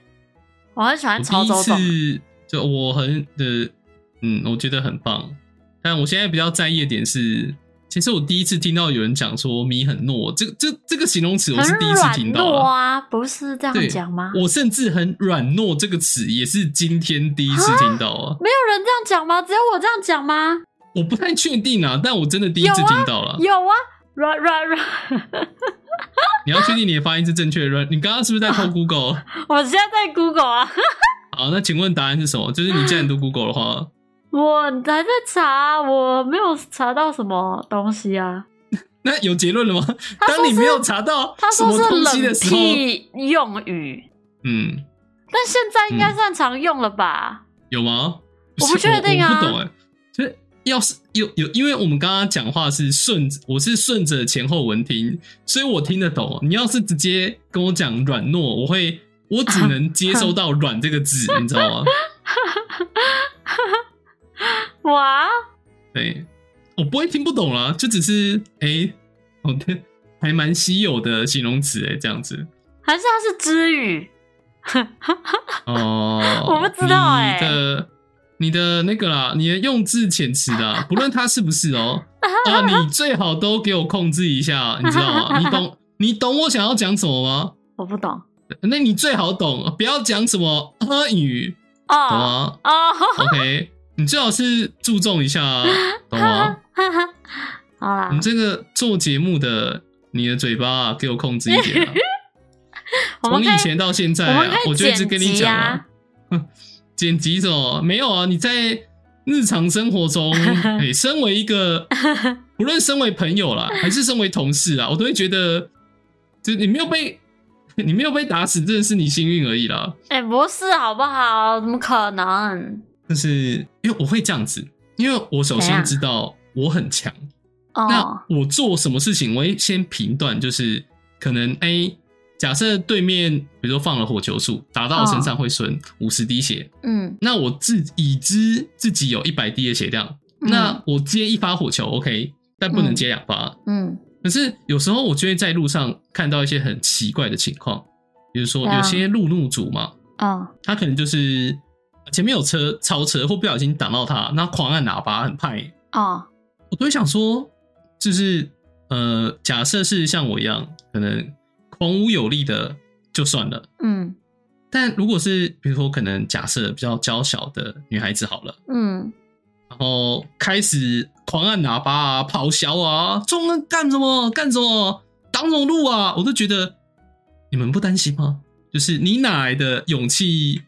[SPEAKER 1] 我很喜欢潮州
[SPEAKER 2] 我第
[SPEAKER 1] 粽。
[SPEAKER 2] 一次就我很的，嗯，我觉得很棒。但我现在比较在意的点是，其实我第一次听到有人讲说米很糯，这这这个形容词我
[SPEAKER 1] 很
[SPEAKER 2] 是第一次
[SPEAKER 1] 软
[SPEAKER 2] 听到
[SPEAKER 1] 糯
[SPEAKER 2] 啦
[SPEAKER 1] 啊，不是这样
[SPEAKER 2] 对
[SPEAKER 1] 讲吗？
[SPEAKER 2] 我甚至很软糯这个词也是今天第一次听到啊，
[SPEAKER 1] 没有人这样讲吗？只有我这样讲吗？
[SPEAKER 2] 我不太确定啊，但我真的第一次
[SPEAKER 1] 有啊
[SPEAKER 2] 听到了。
[SPEAKER 1] 有啊，软软软，
[SPEAKER 2] 你要确定你的发音是正确的，软你刚刚是不是在 偷 Google？
[SPEAKER 1] 我现在在 Google 啊，
[SPEAKER 2] 好，那请问答案是什么？就是你既 然读 Google 的话，
[SPEAKER 1] 我还在查，我没有查到什么东西啊。
[SPEAKER 2] 那有结论了吗？
[SPEAKER 1] 他说
[SPEAKER 2] 当你
[SPEAKER 1] 是
[SPEAKER 2] 没有查到
[SPEAKER 1] 他
[SPEAKER 2] 什
[SPEAKER 1] 说
[SPEAKER 2] 么
[SPEAKER 1] 是
[SPEAKER 2] 东西
[SPEAKER 1] 冷
[SPEAKER 2] 的时候，
[SPEAKER 1] 僻用语，
[SPEAKER 2] 嗯，
[SPEAKER 1] 但现在应该算常用了吧？
[SPEAKER 2] 有吗？
[SPEAKER 1] 我不
[SPEAKER 2] 是
[SPEAKER 1] 确定啊
[SPEAKER 2] 我不懂哎、就是要是有有，因为我们刚刚讲话是顺，我是顺着前后文听，所以我听得懂。你要是直接跟我讲软糯，我会我只能接收到“软”这个字，你知道 吗？嗯
[SPEAKER 1] 哇，
[SPEAKER 2] 对，我不会听不懂哦啦，就只是哎，我、的还蛮稀有的形容词哎、这样子。
[SPEAKER 1] 还是它是知语？
[SPEAKER 2] 哦，
[SPEAKER 1] 我不知道欸
[SPEAKER 2] 你的你的那个啦，你的用字遣词的 啊，不论它是不是 哦，啊，你最好都给我控制一下，你知道 吗？你懂你懂我想要讲什么吗？
[SPEAKER 1] 我不懂
[SPEAKER 2] 那你最好懂，不要讲什么阿语，懂
[SPEAKER 1] 哦
[SPEAKER 2] 吗
[SPEAKER 1] 哦，
[SPEAKER 2] ？OK，你最好是注重一下啊，懂吗？
[SPEAKER 1] 好啦
[SPEAKER 2] 你，这个做节目的，你的嘴巴啊，给我控制一点啊。
[SPEAKER 1] 我
[SPEAKER 2] 从
[SPEAKER 1] 们
[SPEAKER 2] 以
[SPEAKER 1] 可以
[SPEAKER 2] 前到现在
[SPEAKER 1] 我们
[SPEAKER 2] 啊
[SPEAKER 1] 可，以
[SPEAKER 2] 我就一直跟你
[SPEAKER 1] 剪辑
[SPEAKER 2] 讲
[SPEAKER 1] 啊
[SPEAKER 2] 啊， 剪辑什么没有啊？你在日常生活中， 哎、身为一个，不论身为朋友啦，还是身为同事啊，我都会觉得，就你没有被，你没有被打死，真的是你幸运而已啦。
[SPEAKER 1] 哎、不是好不好？怎么可能？
[SPEAKER 2] 就是因为我会这样子，因为我首
[SPEAKER 1] 怎样
[SPEAKER 2] 先知道我很强，
[SPEAKER 1] 哦
[SPEAKER 2] 那我做什么事情，我会先评断，就是可能 A，假设对面比如说放了火球术，打到我身上会
[SPEAKER 1] 哦
[SPEAKER 2] 损五十滴血，
[SPEAKER 1] 嗯，
[SPEAKER 2] 那我自已知自己有一百滴的血量，
[SPEAKER 1] 嗯
[SPEAKER 2] 那我接一发火球 OK，但不能接两发。
[SPEAKER 1] 嗯
[SPEAKER 2] 可是有时候我就会在路上看到一些很奇怪的情况，比如说
[SPEAKER 1] 对啊
[SPEAKER 2] 有些路怒族嘛，
[SPEAKER 1] 哦
[SPEAKER 2] 他可能就是前面有车超车或不小心挡到他，那狂按喇叭很派，
[SPEAKER 1] 哦
[SPEAKER 2] 我都会想说，就是呃，假设是像我一样，可能狂舞有力的就算了，
[SPEAKER 1] 嗯
[SPEAKER 2] 但如果是比如说可能假设比较娇小的女孩子好了，
[SPEAKER 1] 嗯
[SPEAKER 2] 然后开始狂按喇叭啊、咆哮啊、中了干什么干什么、挡什么路啊，我都觉得你们不担心吗？就是你哪来的勇气，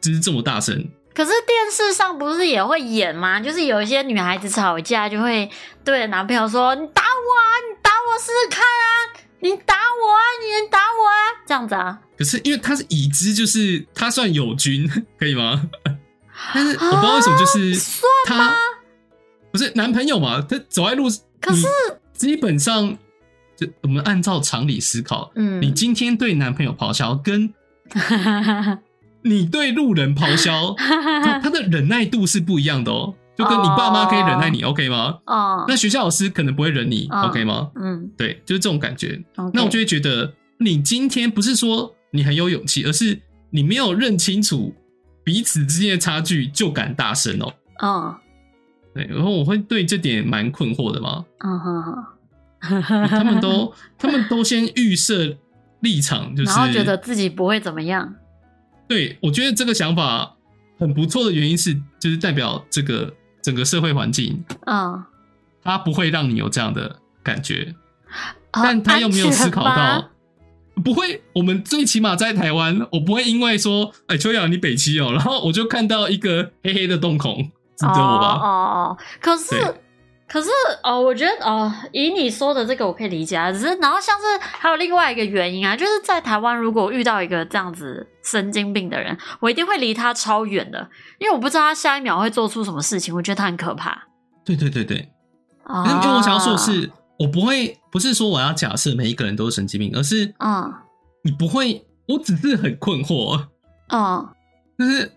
[SPEAKER 2] 就是这么大声？
[SPEAKER 1] 可是电视上不是也会演吗？就是有一些女孩子吵架就会对着男朋友说：“你打我啊，你打我试试看啊，你打我啊，你能打我啊。”这样子啊？
[SPEAKER 2] 可是因为他是已知，就是他算友军， 可以吗？但是我不知道为什么，就是
[SPEAKER 1] 算
[SPEAKER 2] 他不是男朋友嘛，他走在路，
[SPEAKER 1] 可是
[SPEAKER 2] 你基本上就我们按照常理思考，
[SPEAKER 1] 嗯
[SPEAKER 2] 你今天对男朋友咆哮，跟你对路人 咆哮，他他的忍耐度是不一样的哦。就跟你爸妈可以忍耐你、o k 吗？
[SPEAKER 1] 哦，
[SPEAKER 2] 那学校老师可能不会忍你、
[SPEAKER 1] 哦
[SPEAKER 2] o k 吗？
[SPEAKER 1] 嗯
[SPEAKER 2] 对，就是这种感觉。
[SPEAKER 1] ，OK，
[SPEAKER 2] 那我就会觉得，你今天不是说你很有勇气，而是你没有认清楚彼此之间的差距就敢大声哦。
[SPEAKER 1] 嗯
[SPEAKER 2] 对，然后我会对这点蛮困惑的嘛。
[SPEAKER 1] 嗯哼哼，
[SPEAKER 2] 他们 都他们都先预设立场，就是
[SPEAKER 1] 然后觉得自己不会怎么样，
[SPEAKER 2] 对我觉得这个想法很不错的原因是，就是代表这个整个社会环境，
[SPEAKER 1] 嗯，
[SPEAKER 2] 它不会让你有这样的感觉，
[SPEAKER 1] 好
[SPEAKER 2] 但他又没有思考，
[SPEAKER 1] 哦安全
[SPEAKER 2] 到
[SPEAKER 1] 吧。
[SPEAKER 2] 不会，我们最起码在台湾，我不会因为说，哎、秋雅你北七哦，然后我就看到一个黑黑的洞孔，值得我
[SPEAKER 1] 哦
[SPEAKER 2] 吧？
[SPEAKER 1] 哦哦，可是
[SPEAKER 2] 对
[SPEAKER 1] 可是哦，我觉得哦，以你说的这个我可以理解啊，只是然后像是还有另外一个原因啊，就是在台湾如果我遇到一个这样子神经病的人，我一定会离他超远的，因为我不知道他下一秒会做出什么事情，我觉得他很可怕。
[SPEAKER 2] 对对对对，
[SPEAKER 1] 哦
[SPEAKER 2] 因为因为我想要说的是，我不会，不是说我要假设每一个人都是神经病，而是
[SPEAKER 1] 嗯
[SPEAKER 2] 你不会，我只是很困惑，啊
[SPEAKER 1] 嗯
[SPEAKER 2] 就是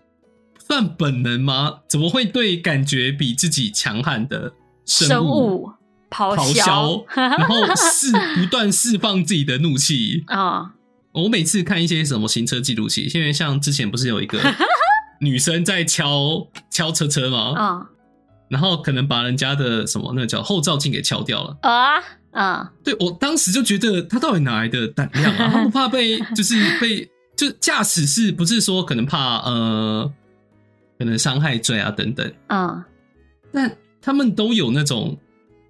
[SPEAKER 2] 算本能吗？怎么会对感觉比自己强悍的
[SPEAKER 1] 生
[SPEAKER 2] 生物
[SPEAKER 1] 物咆
[SPEAKER 2] 咆哮， 然后释不断释放自己的怒气？
[SPEAKER 1] 嗯
[SPEAKER 2] 我每次看一些什么行车记录器，因为像之前不是有一 个女生在敲敲车车吗？
[SPEAKER 1] 嗯
[SPEAKER 2] 然后可能把人家的什么那个叫后照镜给敲掉了。
[SPEAKER 1] 啊嗯
[SPEAKER 2] 对我当时就觉得她到底哪来的胆量啊？她不怕被 就是被就驾驶室不是说可能怕呃可能伤害罪啊等等，
[SPEAKER 1] 嗯
[SPEAKER 2] 但他们都有那种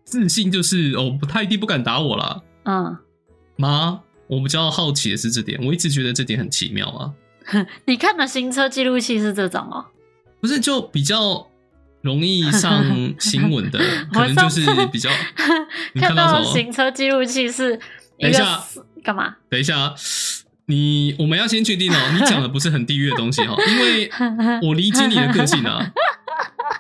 [SPEAKER 2] 自信，就是哦他一定不敢打我啦。
[SPEAKER 1] 嗯，
[SPEAKER 2] 妈，我比较好奇的是这点，我一直觉得这点很奇妙啊。
[SPEAKER 1] 你看的行车记录器是这种哦。，
[SPEAKER 2] 不是就比较容易上新闻的 可能就
[SPEAKER 1] 我上次。
[SPEAKER 2] 是比较 你
[SPEAKER 1] 看
[SPEAKER 2] 看
[SPEAKER 1] 到
[SPEAKER 2] 到
[SPEAKER 1] 的
[SPEAKER 2] 什么？
[SPEAKER 1] 行车记录器是一
[SPEAKER 2] 等一
[SPEAKER 1] 个
[SPEAKER 2] 下
[SPEAKER 1] 死干嘛？
[SPEAKER 2] 等一下，啊你我们要先确 定哦，你讲的不是很地狱的东西哦，因为我理解你的个性啊。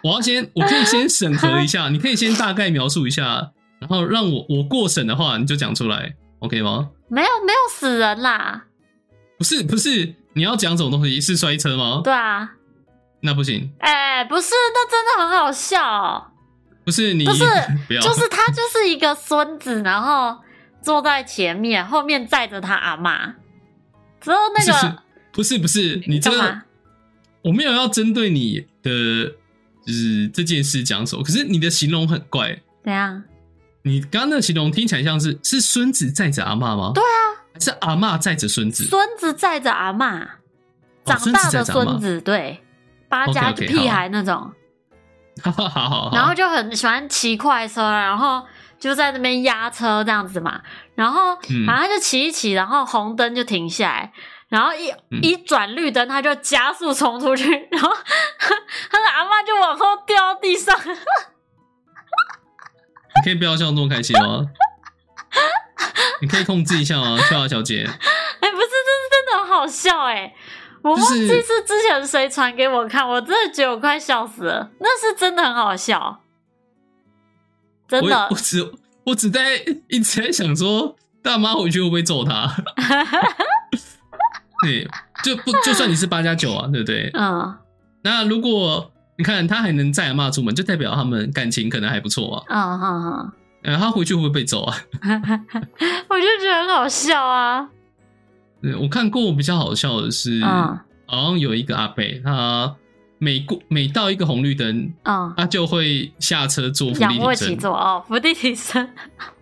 [SPEAKER 2] 我要先，我可以先审核一下，你可以先大概描述一下，然后让我我过审的话，你就讲出来，OK 吗？
[SPEAKER 1] 没有没有死人啦，
[SPEAKER 2] 不是不是，你要讲什么东西？是摔车吗？
[SPEAKER 1] 对啊，
[SPEAKER 2] 那不行，
[SPEAKER 1] 哎、不是，那真的很好笑哦、
[SPEAKER 2] 不是你
[SPEAKER 1] 不是
[SPEAKER 2] 不要，
[SPEAKER 1] 就是他就是一个孙子，然后坐在前面，后面载着他阿妈，之后那
[SPEAKER 2] 是
[SPEAKER 1] 个
[SPEAKER 2] 不是不是，你这
[SPEAKER 1] 干
[SPEAKER 2] 个
[SPEAKER 1] 嘛
[SPEAKER 2] 我没有要针对你的就是这件事讲什么，可是你的形容很怪。
[SPEAKER 1] 怎样？
[SPEAKER 2] 你刚刚那个形容听起来像是是孙子载着阿嬷吗？对啊，是阿嬷载着孙子。
[SPEAKER 1] 孙子载着阿嬷，
[SPEAKER 2] 哦
[SPEAKER 1] 长大
[SPEAKER 2] 孙子载
[SPEAKER 1] 的
[SPEAKER 2] 着阿嬷
[SPEAKER 1] 孙子，对，八
[SPEAKER 2] OK，OK，
[SPEAKER 1] 加屁
[SPEAKER 2] 好
[SPEAKER 1] 孩那种，
[SPEAKER 2] 好好好，
[SPEAKER 1] 然后就很喜欢骑快车，然后就在那边压车这样子嘛，然后
[SPEAKER 2] 嗯
[SPEAKER 1] 反正他就骑一骑，然后红灯就停下来。然后一、
[SPEAKER 2] 嗯
[SPEAKER 1] 一转绿灯，他就加速冲出去，然后 他的阿嬷就往后掉到地上，哎
[SPEAKER 2] 你可以不要笑得这么开心 吗？你可以控制一下吗，笑啊小姐？
[SPEAKER 1] 哎、不是，这是真的很好笑哎、我忘记
[SPEAKER 2] 就是
[SPEAKER 1] 是之前谁传给我看，我真的觉得我快笑死了，那是真的很好笑，真
[SPEAKER 2] 我
[SPEAKER 1] 的
[SPEAKER 2] 我只我只在一直在想说，大妈回去会不会揍 她？对，就不就算你是八加九啊，对不对？
[SPEAKER 1] 嗯
[SPEAKER 2] 那如果你看他还能载阿妈出门，就代表他们感情可能还不错啊。
[SPEAKER 1] 嗯嗯
[SPEAKER 2] 嗯，他回去会不会被揍啊？
[SPEAKER 1] 嗯，我就觉得很好笑啊，
[SPEAKER 2] 对呃我看过比较好笑的是，
[SPEAKER 1] 嗯
[SPEAKER 2] 好像有一个阿伯，他每过每到一个红绿灯，
[SPEAKER 1] 嗯，
[SPEAKER 2] 他就会下车做伏
[SPEAKER 1] 仰
[SPEAKER 2] 地
[SPEAKER 1] 卧起
[SPEAKER 2] 挺身。
[SPEAKER 1] 坐哦，伏地挺身，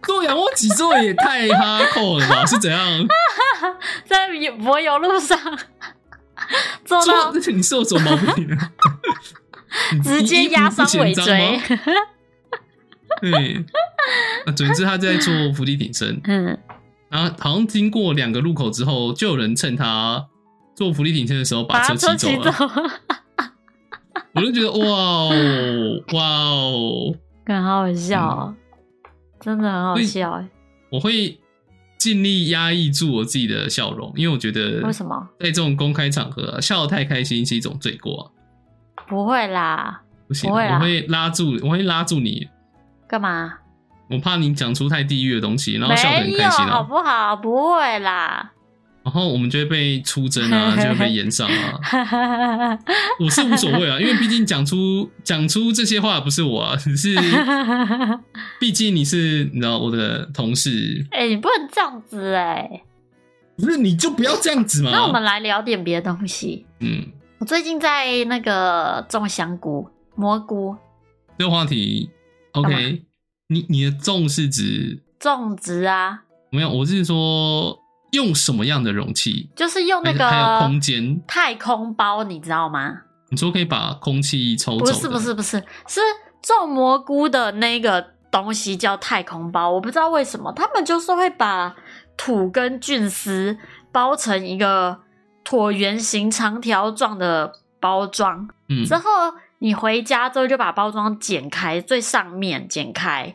[SPEAKER 2] 做仰卧起坐也太哈 扣了吧？是怎样？
[SPEAKER 1] 在游柏油路上做到
[SPEAKER 2] 做 你是有什么毛病啊？你
[SPEAKER 1] 直接压伤尾椎，
[SPEAKER 2] 你，你不嫌脏吗对，啊总之他在做伏地挺身，
[SPEAKER 1] 嗯
[SPEAKER 2] 然后好像经过两个路口之后，就有人趁他做伏地挺身的时候
[SPEAKER 1] 把
[SPEAKER 2] 把
[SPEAKER 1] 它
[SPEAKER 2] 车
[SPEAKER 1] 拖
[SPEAKER 2] 骑
[SPEAKER 1] 起
[SPEAKER 2] 走
[SPEAKER 1] 走
[SPEAKER 2] 了。， 我就觉得哇哦哇哦，
[SPEAKER 1] 很好笑、
[SPEAKER 2] 嗯
[SPEAKER 1] 哦，真的很好笑哎、
[SPEAKER 2] 我会尽力压抑住我自己的笑容，因为我觉得
[SPEAKER 1] 为什么？
[SPEAKER 2] 在这种公开场合、啊、笑得太开心是一种罪过、啊。
[SPEAKER 1] 不会啦，
[SPEAKER 2] 不行，啊
[SPEAKER 1] 不会啊啦
[SPEAKER 2] 我会拉住，我会拉住你，
[SPEAKER 1] 干嘛？
[SPEAKER 2] 我怕你讲出太地狱的东西，然后笑得
[SPEAKER 1] 没
[SPEAKER 2] 很
[SPEAKER 1] 有，
[SPEAKER 2] 开心
[SPEAKER 1] 好
[SPEAKER 2] 啊，
[SPEAKER 1] 不好？不会啦，
[SPEAKER 2] 然后我们就会被出征 啊，就会被延上啊。我是无所谓啊，因为毕竟讲出讲出这些话的不是我啊，只是 毕竟你是你知道我的同事，
[SPEAKER 1] 哎、你不能这样子哎、
[SPEAKER 2] 不是你就不要这样子嘛。
[SPEAKER 1] 那我们来聊点别的东西。
[SPEAKER 2] 嗯，
[SPEAKER 1] 我最近在那个种香菇、蘑菇
[SPEAKER 2] 这个话题
[SPEAKER 1] 干
[SPEAKER 2] ，OK，你你的重是指
[SPEAKER 1] 种植啊，
[SPEAKER 2] 没有？我是说用什么样的容器，
[SPEAKER 1] 就是用哦那
[SPEAKER 2] 还还有空
[SPEAKER 1] 个
[SPEAKER 2] 间，
[SPEAKER 1] 太空包，你知道吗？
[SPEAKER 2] 你说可以把空气抽走？
[SPEAKER 1] 不是不是，不是，是种蘑菇的那个东西叫太空包，我不知道为什么他们就是会把土跟菌丝包成一个椭圆形、长条状的包装，
[SPEAKER 2] 嗯，
[SPEAKER 1] 之后你回家之后就把包装剪开，最上面剪开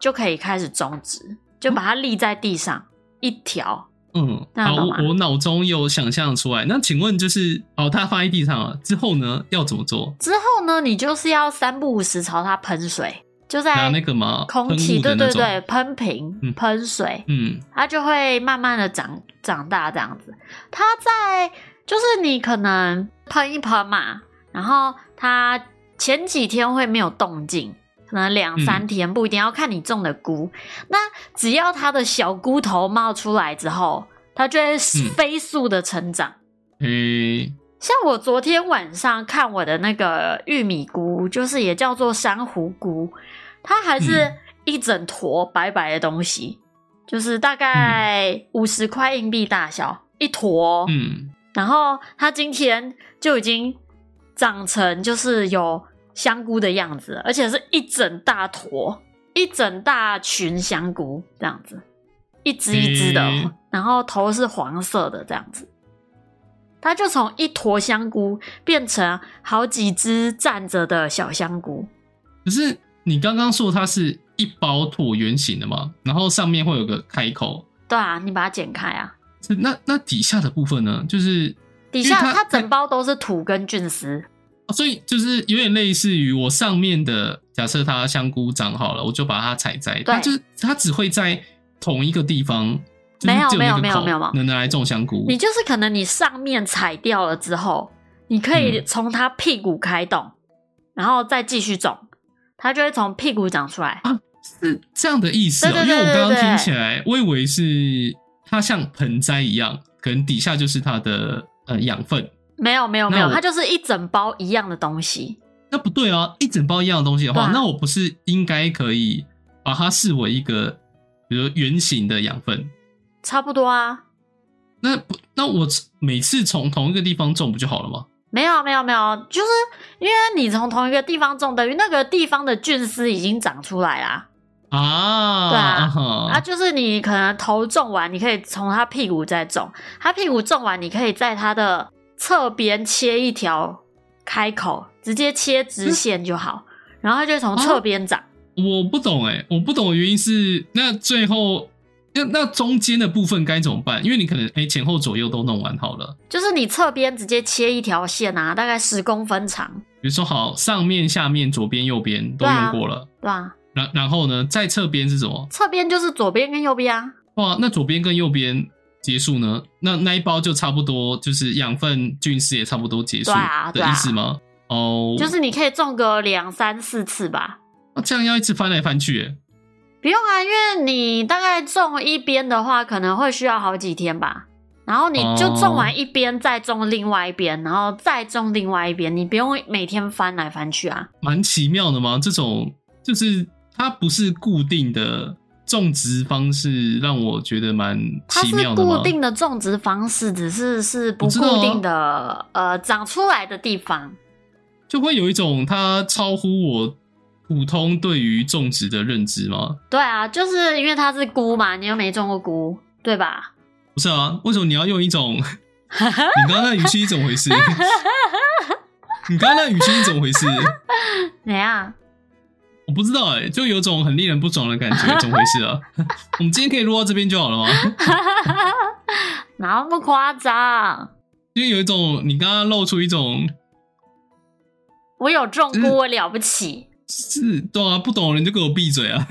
[SPEAKER 1] 就可以开始种植，就把它立在地上一条。
[SPEAKER 2] 嗯，
[SPEAKER 1] 那
[SPEAKER 2] 好，
[SPEAKER 1] 懂
[SPEAKER 2] 我
[SPEAKER 1] 吗
[SPEAKER 2] 我脑中有想象出来。那请问就是哦，它放在地上了之后呢，要怎么做？
[SPEAKER 1] 之后呢，你就是要三不五时朝它喷水，就
[SPEAKER 2] 拿
[SPEAKER 1] 在
[SPEAKER 2] 那个吗？
[SPEAKER 1] 空
[SPEAKER 2] 喷
[SPEAKER 1] 气，
[SPEAKER 2] 雾
[SPEAKER 1] 对
[SPEAKER 2] 的
[SPEAKER 1] 对
[SPEAKER 2] 那种
[SPEAKER 1] 对，，喷瓶
[SPEAKER 2] 嗯
[SPEAKER 1] 喷水，
[SPEAKER 2] 嗯
[SPEAKER 1] 它就会慢慢的长长大这样子。它在就是你可能喷一喷嘛，然后它前几天会没有动静，可能两
[SPEAKER 2] 嗯
[SPEAKER 1] 三天不一定要看你种的菇。那只要它的小菇头冒出来之后，它就会
[SPEAKER 2] 嗯
[SPEAKER 1] 飞速的成长。
[SPEAKER 2] 诶、
[SPEAKER 1] 像我昨天晚上看我的那个玉米菇，就是也叫做珊瑚菇，它还是
[SPEAKER 2] 嗯
[SPEAKER 1] 一整坨白白的东西，就是大概五十块硬币大小一坨哦。
[SPEAKER 2] 嗯，
[SPEAKER 1] 然后它今天就已经长成就是有香菇的样子了，而且是一整大坨、一整大群香菇这样子，一只一只的，
[SPEAKER 2] 诶
[SPEAKER 1] 然后头是黄色的这样子。它就从一坨香菇变成好几只站着的小香菇，
[SPEAKER 2] 可是你刚刚说它是一包椭圆形的嘛，然后上面会有个开口，
[SPEAKER 1] 对啊，你把它剪开啊，
[SPEAKER 2] 是那那底下的部分呢？就是
[SPEAKER 1] 底
[SPEAKER 2] 因
[SPEAKER 1] 下
[SPEAKER 2] 为它
[SPEAKER 1] 它整包都是土跟菌丝，
[SPEAKER 2] 哦所以就是有点类似于我上面的，假设它香菇长好了，我就把它采摘，它就是它只会在同一个地方，就是
[SPEAKER 1] 没有
[SPEAKER 2] 只那个
[SPEAKER 1] 没有
[SPEAKER 2] 口
[SPEAKER 1] 没有没有
[SPEAKER 2] 能拿来种香菇
[SPEAKER 1] 你。就是可能你上面踩掉了之后，你可以
[SPEAKER 2] 嗯
[SPEAKER 1] 从它屁股开动，然后再继续种，它就会从屁股长出来。
[SPEAKER 2] 是这样的意思、哦，
[SPEAKER 1] 对对对
[SPEAKER 2] 因为我刚
[SPEAKER 1] 对
[SPEAKER 2] 刚
[SPEAKER 1] 对对
[SPEAKER 2] 听起来，我以为是它像盆栽一样，可能底下就是它的呃养分，
[SPEAKER 1] 没有没有没
[SPEAKER 2] 那
[SPEAKER 1] 有，
[SPEAKER 2] 我
[SPEAKER 1] 它就是一整包一样的东西。
[SPEAKER 2] 那不对啊！一整包一样的东西的话，
[SPEAKER 1] 对啊
[SPEAKER 2] 那我不是应该可以把它视为一个，比如说圆形的养分？
[SPEAKER 1] 差不多啊。
[SPEAKER 2] 那不，那我每次从同一个地方种不就好了吗？
[SPEAKER 1] 没有没有没有，就是因为你从同一个地方种，等于那个地方的菌丝已经长出来啦。
[SPEAKER 2] 啊，
[SPEAKER 1] 对啊
[SPEAKER 2] 哈
[SPEAKER 1] 啊，就是你可能头种完，你可以从它屁股再种，它屁股种完，你可以在它的侧边切一条开口，直接切直线就好，然后它就从侧边长。
[SPEAKER 2] 我不懂哎、我不懂的原因是，那最后那那中间的部分该怎么办？因为你可能哎、前后左右都弄完好了，
[SPEAKER 1] 就是你侧边直接切一条线啊，大概十公分长，
[SPEAKER 2] 比如说好上面、下面、左边、右边都
[SPEAKER 1] 对啊
[SPEAKER 2] 用过了，
[SPEAKER 1] 对吧？
[SPEAKER 2] 然然后呢，在侧边是什么？
[SPEAKER 1] 侧边就是左边跟右边啊，
[SPEAKER 2] 哇，那左边跟右边结束呢？那那一包就差不多，就是养分菌丝也差不多结束
[SPEAKER 1] 对啊
[SPEAKER 2] 的
[SPEAKER 1] 对啊
[SPEAKER 2] 意思吗？哦，
[SPEAKER 1] 就是你可以种个两三四次吧。
[SPEAKER 2] 那这样要一直翻来翻去欸耶，
[SPEAKER 1] 不用啊，因为你大概种一边的话，可能会需要好几天吧。然后你就种完一边，再种另外一边，然后再种另外一边，你不用每天翻来翻去啊。
[SPEAKER 2] 蛮奇妙的嘛。这种就是它不是固定的种植方式，让我觉得蛮
[SPEAKER 1] 它
[SPEAKER 2] 奇
[SPEAKER 1] 是
[SPEAKER 2] 妙的嘛。
[SPEAKER 1] 固定的种植方式，只是是不
[SPEAKER 2] 我知道啊
[SPEAKER 1] 固定的、呃长出来的地方。
[SPEAKER 2] 就会有一种它超乎我普通对于种植的认知吗？
[SPEAKER 1] 对啊，就是因为它是菇嘛，你又没种过菇，对吧？
[SPEAKER 2] 不是啊，为什么你要用一 种？你刚刚那语气是怎么回事？你刚刚那语气是怎么回事？
[SPEAKER 1] 怎样？
[SPEAKER 2] 我不知道哎、就有种很令人不爽的感觉，怎么回 事啊？我们今天可以录到这边就好了吗？
[SPEAKER 1] 哪那么夸张？
[SPEAKER 2] 因为有一种你刚刚露出一种
[SPEAKER 1] 我有种
[SPEAKER 2] 嗯
[SPEAKER 1] 菇，我了不起。
[SPEAKER 2] 是，对啊，不懂的人就给我闭嘴啊！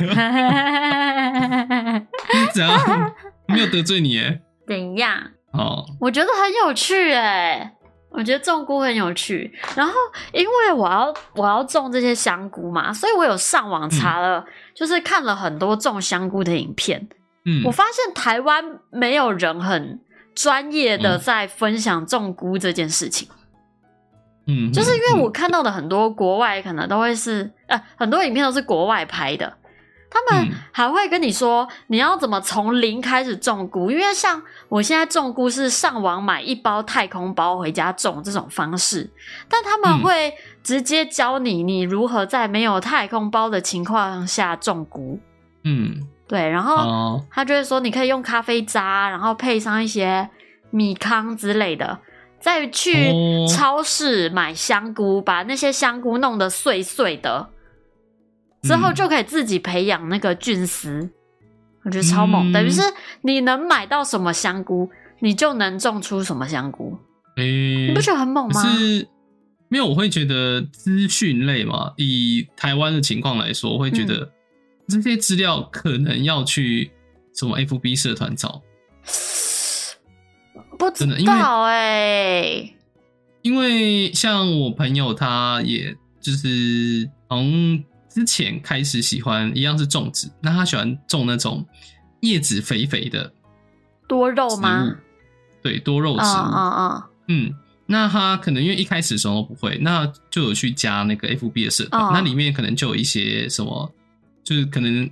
[SPEAKER 2] 你怎样？没有得罪你哎、
[SPEAKER 1] 怎样？
[SPEAKER 2] 好，
[SPEAKER 1] 我觉得很有趣哎、我觉得种菇很有趣。然后因为我要我要种这些香菇嘛，所以我有上网查了，就是看了很多种香菇的影片。
[SPEAKER 2] 嗯
[SPEAKER 1] 我，发现台湾没有人很专业的
[SPEAKER 2] 嗯
[SPEAKER 1] 在分享种菇这件事情，
[SPEAKER 2] 嗯，
[SPEAKER 1] 就是因
[SPEAKER 2] 嗯
[SPEAKER 1] 为我看到的很多国外可能都会是呃很多影片都是国外拍的。他们
[SPEAKER 2] 嗯
[SPEAKER 1] 还会跟你说你要怎么从零开始种菇，因为像我现在种菇是上网买一包太空包回家种这种方式，但他们
[SPEAKER 2] 嗯
[SPEAKER 1] 会直接教你你如何在没有太空包的情况下种菇。
[SPEAKER 2] 嗯，
[SPEAKER 1] 对，然后
[SPEAKER 2] 哦，
[SPEAKER 1] 他就会说你可以用咖啡渣，然后配上一些米糠之类的，再去
[SPEAKER 2] 哦
[SPEAKER 1] 超市买香菇，把那些香菇弄得碎碎的，之后
[SPEAKER 2] 嗯
[SPEAKER 1] 就可以自己培养那个菌丝。我觉得超猛，
[SPEAKER 2] 嗯
[SPEAKER 1] 等于是你能买到什么香菇，你就能种出什么香菇，
[SPEAKER 2] 诶、
[SPEAKER 1] 你不觉得很猛
[SPEAKER 2] 嗯可
[SPEAKER 1] 吗？
[SPEAKER 2] 是没有，我会觉得资讯类嘛，以台湾的情况来说，我会觉
[SPEAKER 1] 嗯
[SPEAKER 2] 得这些资料可能要去什么 FB 社团找，
[SPEAKER 1] 不
[SPEAKER 2] 真的
[SPEAKER 1] 知
[SPEAKER 2] 因为
[SPEAKER 1] 道哎、
[SPEAKER 2] 因为像我朋友他也就是从之前开始喜欢一样是种植，那他喜欢种那种叶子肥肥的
[SPEAKER 1] 多肉
[SPEAKER 2] 植
[SPEAKER 1] 吗
[SPEAKER 2] 物？，对，多肉
[SPEAKER 1] 嗯
[SPEAKER 2] 植物，
[SPEAKER 1] 嗯嗯
[SPEAKER 2] 嗯，那他可能因为一开始什么都不会，那就有去加那个 FB 的社团，
[SPEAKER 1] 哦
[SPEAKER 2] 那里面可能就有一些什么，就是可能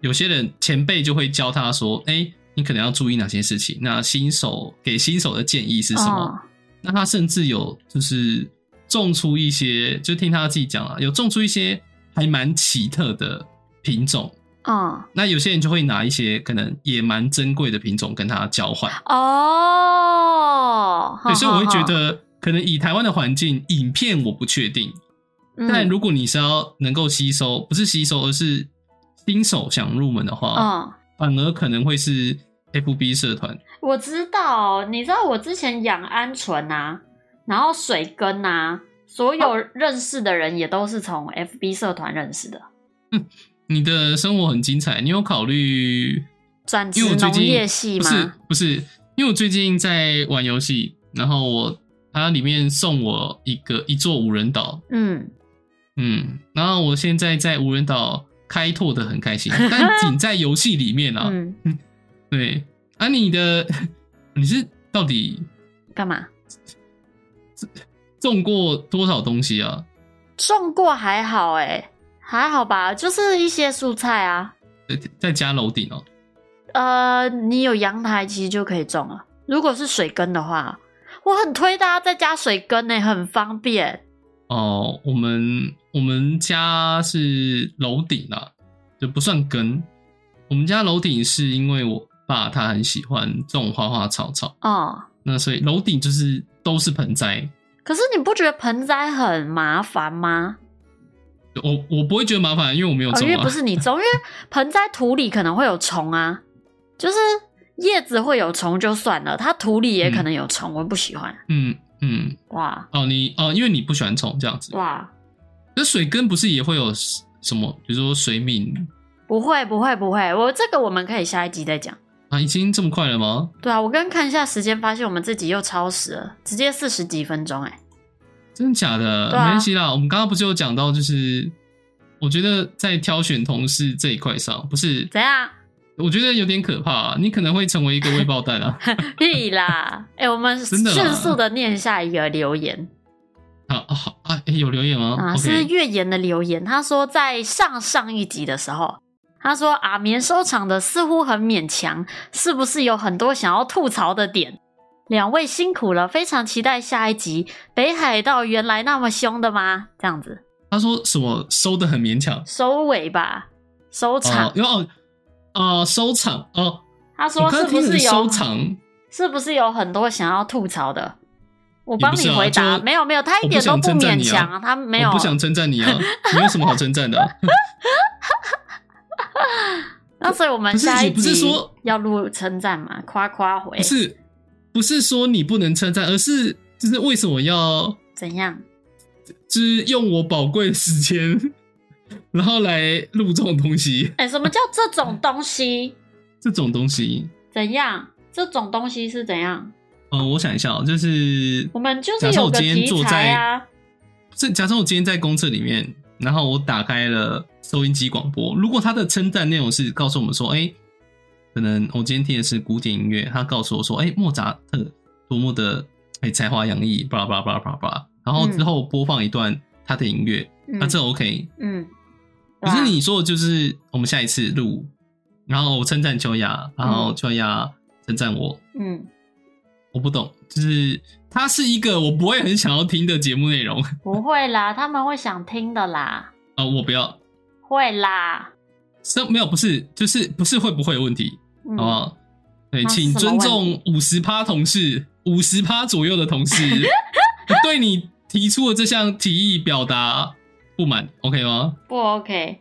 [SPEAKER 2] 有些人前辈就会教他说，哎、你可能要注意哪些事情，那新手给新手的建议是什么？
[SPEAKER 1] 嗯
[SPEAKER 2] 那他甚至有就是种出一些，就听他自己讲啊，有种出一些还蛮奇特的品种。
[SPEAKER 1] 嗯
[SPEAKER 2] 那有些人就会拿一些可能也蛮珍贵的品种跟他交换，
[SPEAKER 1] 哦，
[SPEAKER 2] 对，所以我会觉
[SPEAKER 1] 哼，哼
[SPEAKER 2] 得，可能以台湾的环境，影片我不确定，
[SPEAKER 1] 哼
[SPEAKER 2] 但
[SPEAKER 1] 嗯
[SPEAKER 2] 如果你是要能够吸收，不是吸收，而是新手想入门的话，
[SPEAKER 1] 嗯，
[SPEAKER 2] 反而可能会是 FB 社团。
[SPEAKER 1] 我知道，你知道我之前养鹌鹑啊，然后水根啊，所有认识的人也都是从 FB 社团认识的，
[SPEAKER 2] 你的生活很精彩，你有考虑？
[SPEAKER 1] 转
[SPEAKER 2] 因为
[SPEAKER 1] 职
[SPEAKER 2] 我最
[SPEAKER 1] 农
[SPEAKER 2] 近
[SPEAKER 1] 业系
[SPEAKER 2] 不是
[SPEAKER 1] 吗？
[SPEAKER 2] 不是，因为我最近在玩游戏，然后我它里面送我一个一座无人岛，
[SPEAKER 1] 嗯，
[SPEAKER 2] 嗯，然后我现在在无人岛开拓的很 开心，但仅在游戏里面啊，
[SPEAKER 1] 嗯，
[SPEAKER 2] 对啊，你的你是到底
[SPEAKER 1] 干嘛？
[SPEAKER 2] 中过多少东西啊？
[SPEAKER 1] 种过还好哎、还好吧，就是一些蔬菜啊。
[SPEAKER 2] 在在家楼顶哦，
[SPEAKER 1] 呃，你有阳台其实就可以种了。如果是水耕的话，我很推大家在家水耕呢、很方便。
[SPEAKER 2] 哦，我们我们家是楼顶啊，就不算根。我们家楼顶是因为我爸他很喜欢种花花草草，
[SPEAKER 1] 哦、
[SPEAKER 2] 那所以楼顶就是都是盆栽。
[SPEAKER 1] 可是你不觉得盆栽很麻烦吗？
[SPEAKER 2] 我我不会觉得麻烦，因为我没有
[SPEAKER 1] 哦，
[SPEAKER 2] 种
[SPEAKER 1] 因为
[SPEAKER 2] 啊。
[SPEAKER 1] 不是你 种，因为盆栽土里可能会有虫啊，就是叶子会有虫就算了，它土里也可能有虫，我不喜欢。
[SPEAKER 2] 嗯嗯，
[SPEAKER 1] 哇
[SPEAKER 2] 哦你哦，因为你不喜欢虫这样子。
[SPEAKER 1] 哇，
[SPEAKER 2] 那水根不是也会有什么，比如说水敏
[SPEAKER 1] 不会不会不会，我这个我们可以下一集再讲。
[SPEAKER 2] 啊？已经这么快了吗？
[SPEAKER 1] 对啊，我刚看一下时间，发现我们自己又超时了，直接四十几分钟哎、
[SPEAKER 2] 真的假的？
[SPEAKER 1] 对啊
[SPEAKER 2] 没关系啦，我们刚刚不是有讲到，就是我觉得在挑选同事这一块上，不是，
[SPEAKER 1] 怎样？
[SPEAKER 2] 我觉得有点可怕、啊你可能会成为一个未爆弹 啊。
[SPEAKER 1] 屁啦！哎、我们
[SPEAKER 2] 真的啦
[SPEAKER 1] 迅速的念下一个留言
[SPEAKER 2] 好好啊，诶有留言吗、
[SPEAKER 1] 啊，
[SPEAKER 2] o
[SPEAKER 1] 是
[SPEAKER 2] k
[SPEAKER 1] 月言的留言。他说在上上一集的时候，他说阿棉收场的似乎很勉强，是不是有很多想要吐槽的点？两位辛苦了，非常期待下一集。北海道原来那么凶的吗？这样子
[SPEAKER 2] 他说什么收的很勉强，
[SPEAKER 1] 收尾吧，收场。
[SPEAKER 2] 哦，因为哦，啊，收场哦，
[SPEAKER 1] 他
[SPEAKER 2] 我
[SPEAKER 1] 说
[SPEAKER 2] 刚
[SPEAKER 1] 是
[SPEAKER 2] 刚听
[SPEAKER 1] 不
[SPEAKER 2] 成
[SPEAKER 1] 是有
[SPEAKER 2] 收场？
[SPEAKER 1] 是不是有很多想要吐槽的？我帮
[SPEAKER 2] 也
[SPEAKER 1] 你
[SPEAKER 2] 不是啊
[SPEAKER 1] 回答，
[SPEAKER 2] 就
[SPEAKER 1] 没有没有，他一点都不勉强，啊他没有
[SPEAKER 2] 啊我不想称 赞你啊，你有什么好称赞的啊、
[SPEAKER 1] 那所以我们
[SPEAKER 2] 不是
[SPEAKER 1] 下一
[SPEAKER 2] 你不是
[SPEAKER 1] 集
[SPEAKER 2] 说
[SPEAKER 1] 要录称赞嘛，夸夸回
[SPEAKER 2] 不是不是说你不能称赞，而是就是为什么要
[SPEAKER 1] 怎样？
[SPEAKER 2] 就是用我宝贵的时间，然后来录这种东西，
[SPEAKER 1] 哎、什么叫这种东西？
[SPEAKER 2] 这种东西，
[SPEAKER 1] 怎样？这种东西是怎样？
[SPEAKER 2] 呃，我想一下、哦，就是
[SPEAKER 1] 我们就
[SPEAKER 2] 假
[SPEAKER 1] 是
[SPEAKER 2] 设
[SPEAKER 1] 有
[SPEAKER 2] 我
[SPEAKER 1] 个
[SPEAKER 2] 今天
[SPEAKER 1] 题
[SPEAKER 2] 坐
[SPEAKER 1] 材
[SPEAKER 2] 在，
[SPEAKER 1] 啊，
[SPEAKER 2] 这假设我今天在公厕里面，然后我打开了收音机广播，如果他的称赞内容是告诉我们说，哎、可能我今天听的是古典音乐，他告诉我说，哎、莫扎特多么的哎、才华洋溢，巴拉巴拉巴拉巴拉巴拉，然后之后播放一段他的音乐，
[SPEAKER 1] 嗯、
[SPEAKER 2] 啊那、这 OK，
[SPEAKER 1] 嗯，
[SPEAKER 2] 可是
[SPEAKER 1] 对啊
[SPEAKER 2] 你说的就是我们下一次录，然后我称赞秋雅，然后秋雅称赞我，
[SPEAKER 1] 嗯，
[SPEAKER 2] 我不懂，就是它是一个我不会很想要听的节目内容啊、
[SPEAKER 1] 不会啦，他们会想听的啦，
[SPEAKER 2] 我不要，
[SPEAKER 1] 会啦，
[SPEAKER 2] 是没有不是，就是不是会不会有问题，
[SPEAKER 1] 嗯，
[SPEAKER 2] 好不好？对，
[SPEAKER 1] 那是
[SPEAKER 2] 请
[SPEAKER 1] 什么
[SPEAKER 2] 尊
[SPEAKER 1] 问
[SPEAKER 2] 重五十趴同事，五十趴左右的同 事对你提出的这项提议表达不满，OK 吗？
[SPEAKER 1] 不 OK。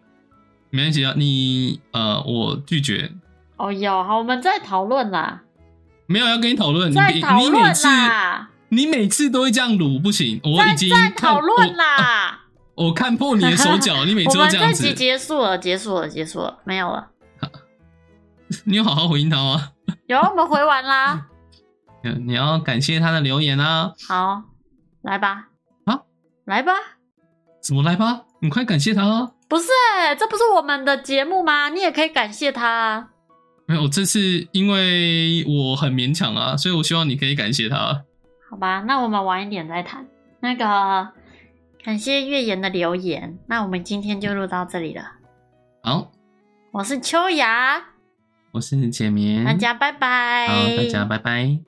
[SPEAKER 2] 没关系啊，你呃，我拒绝，
[SPEAKER 1] 哦哟，好，我们再讨论啦，
[SPEAKER 2] 没有要跟你讨论，你
[SPEAKER 1] 再讨
[SPEAKER 2] 你每
[SPEAKER 1] 论
[SPEAKER 2] 次。
[SPEAKER 1] 啦。
[SPEAKER 2] 你每次都会这样撸，不行，我已
[SPEAKER 1] 再
[SPEAKER 2] 经
[SPEAKER 1] 再
[SPEAKER 2] 看
[SPEAKER 1] 讨论啦。
[SPEAKER 2] 我，我看破你的手脚，你每
[SPEAKER 1] 我
[SPEAKER 2] 次都
[SPEAKER 1] 们
[SPEAKER 2] 这样
[SPEAKER 1] 这
[SPEAKER 2] 子
[SPEAKER 1] 集，结束了，结束了，结束了，没有了。
[SPEAKER 2] 你有好好回应他吗？
[SPEAKER 1] 有，我们回完 啦。
[SPEAKER 2] 嗯啊 你要感谢他的留言啊，
[SPEAKER 1] 好，来吧。
[SPEAKER 2] 啊，
[SPEAKER 1] 来吧。
[SPEAKER 2] 怎么来吧？你快感谢他啊！
[SPEAKER 1] 不是欸、这不是我们的节目吗？你也可以感谢他啊。
[SPEAKER 2] 没有，这次因为我很勉强啊，所以我希望你可以感谢他。啊
[SPEAKER 1] 好吧，那我们晚一点再谈。那个，感谢月言的留言。那我们今天就录到这里了。
[SPEAKER 2] 好，
[SPEAKER 1] 我是秋雅，
[SPEAKER 2] 我是简眠，
[SPEAKER 1] 嗯大家拜拜。
[SPEAKER 2] 好，大家拜拜。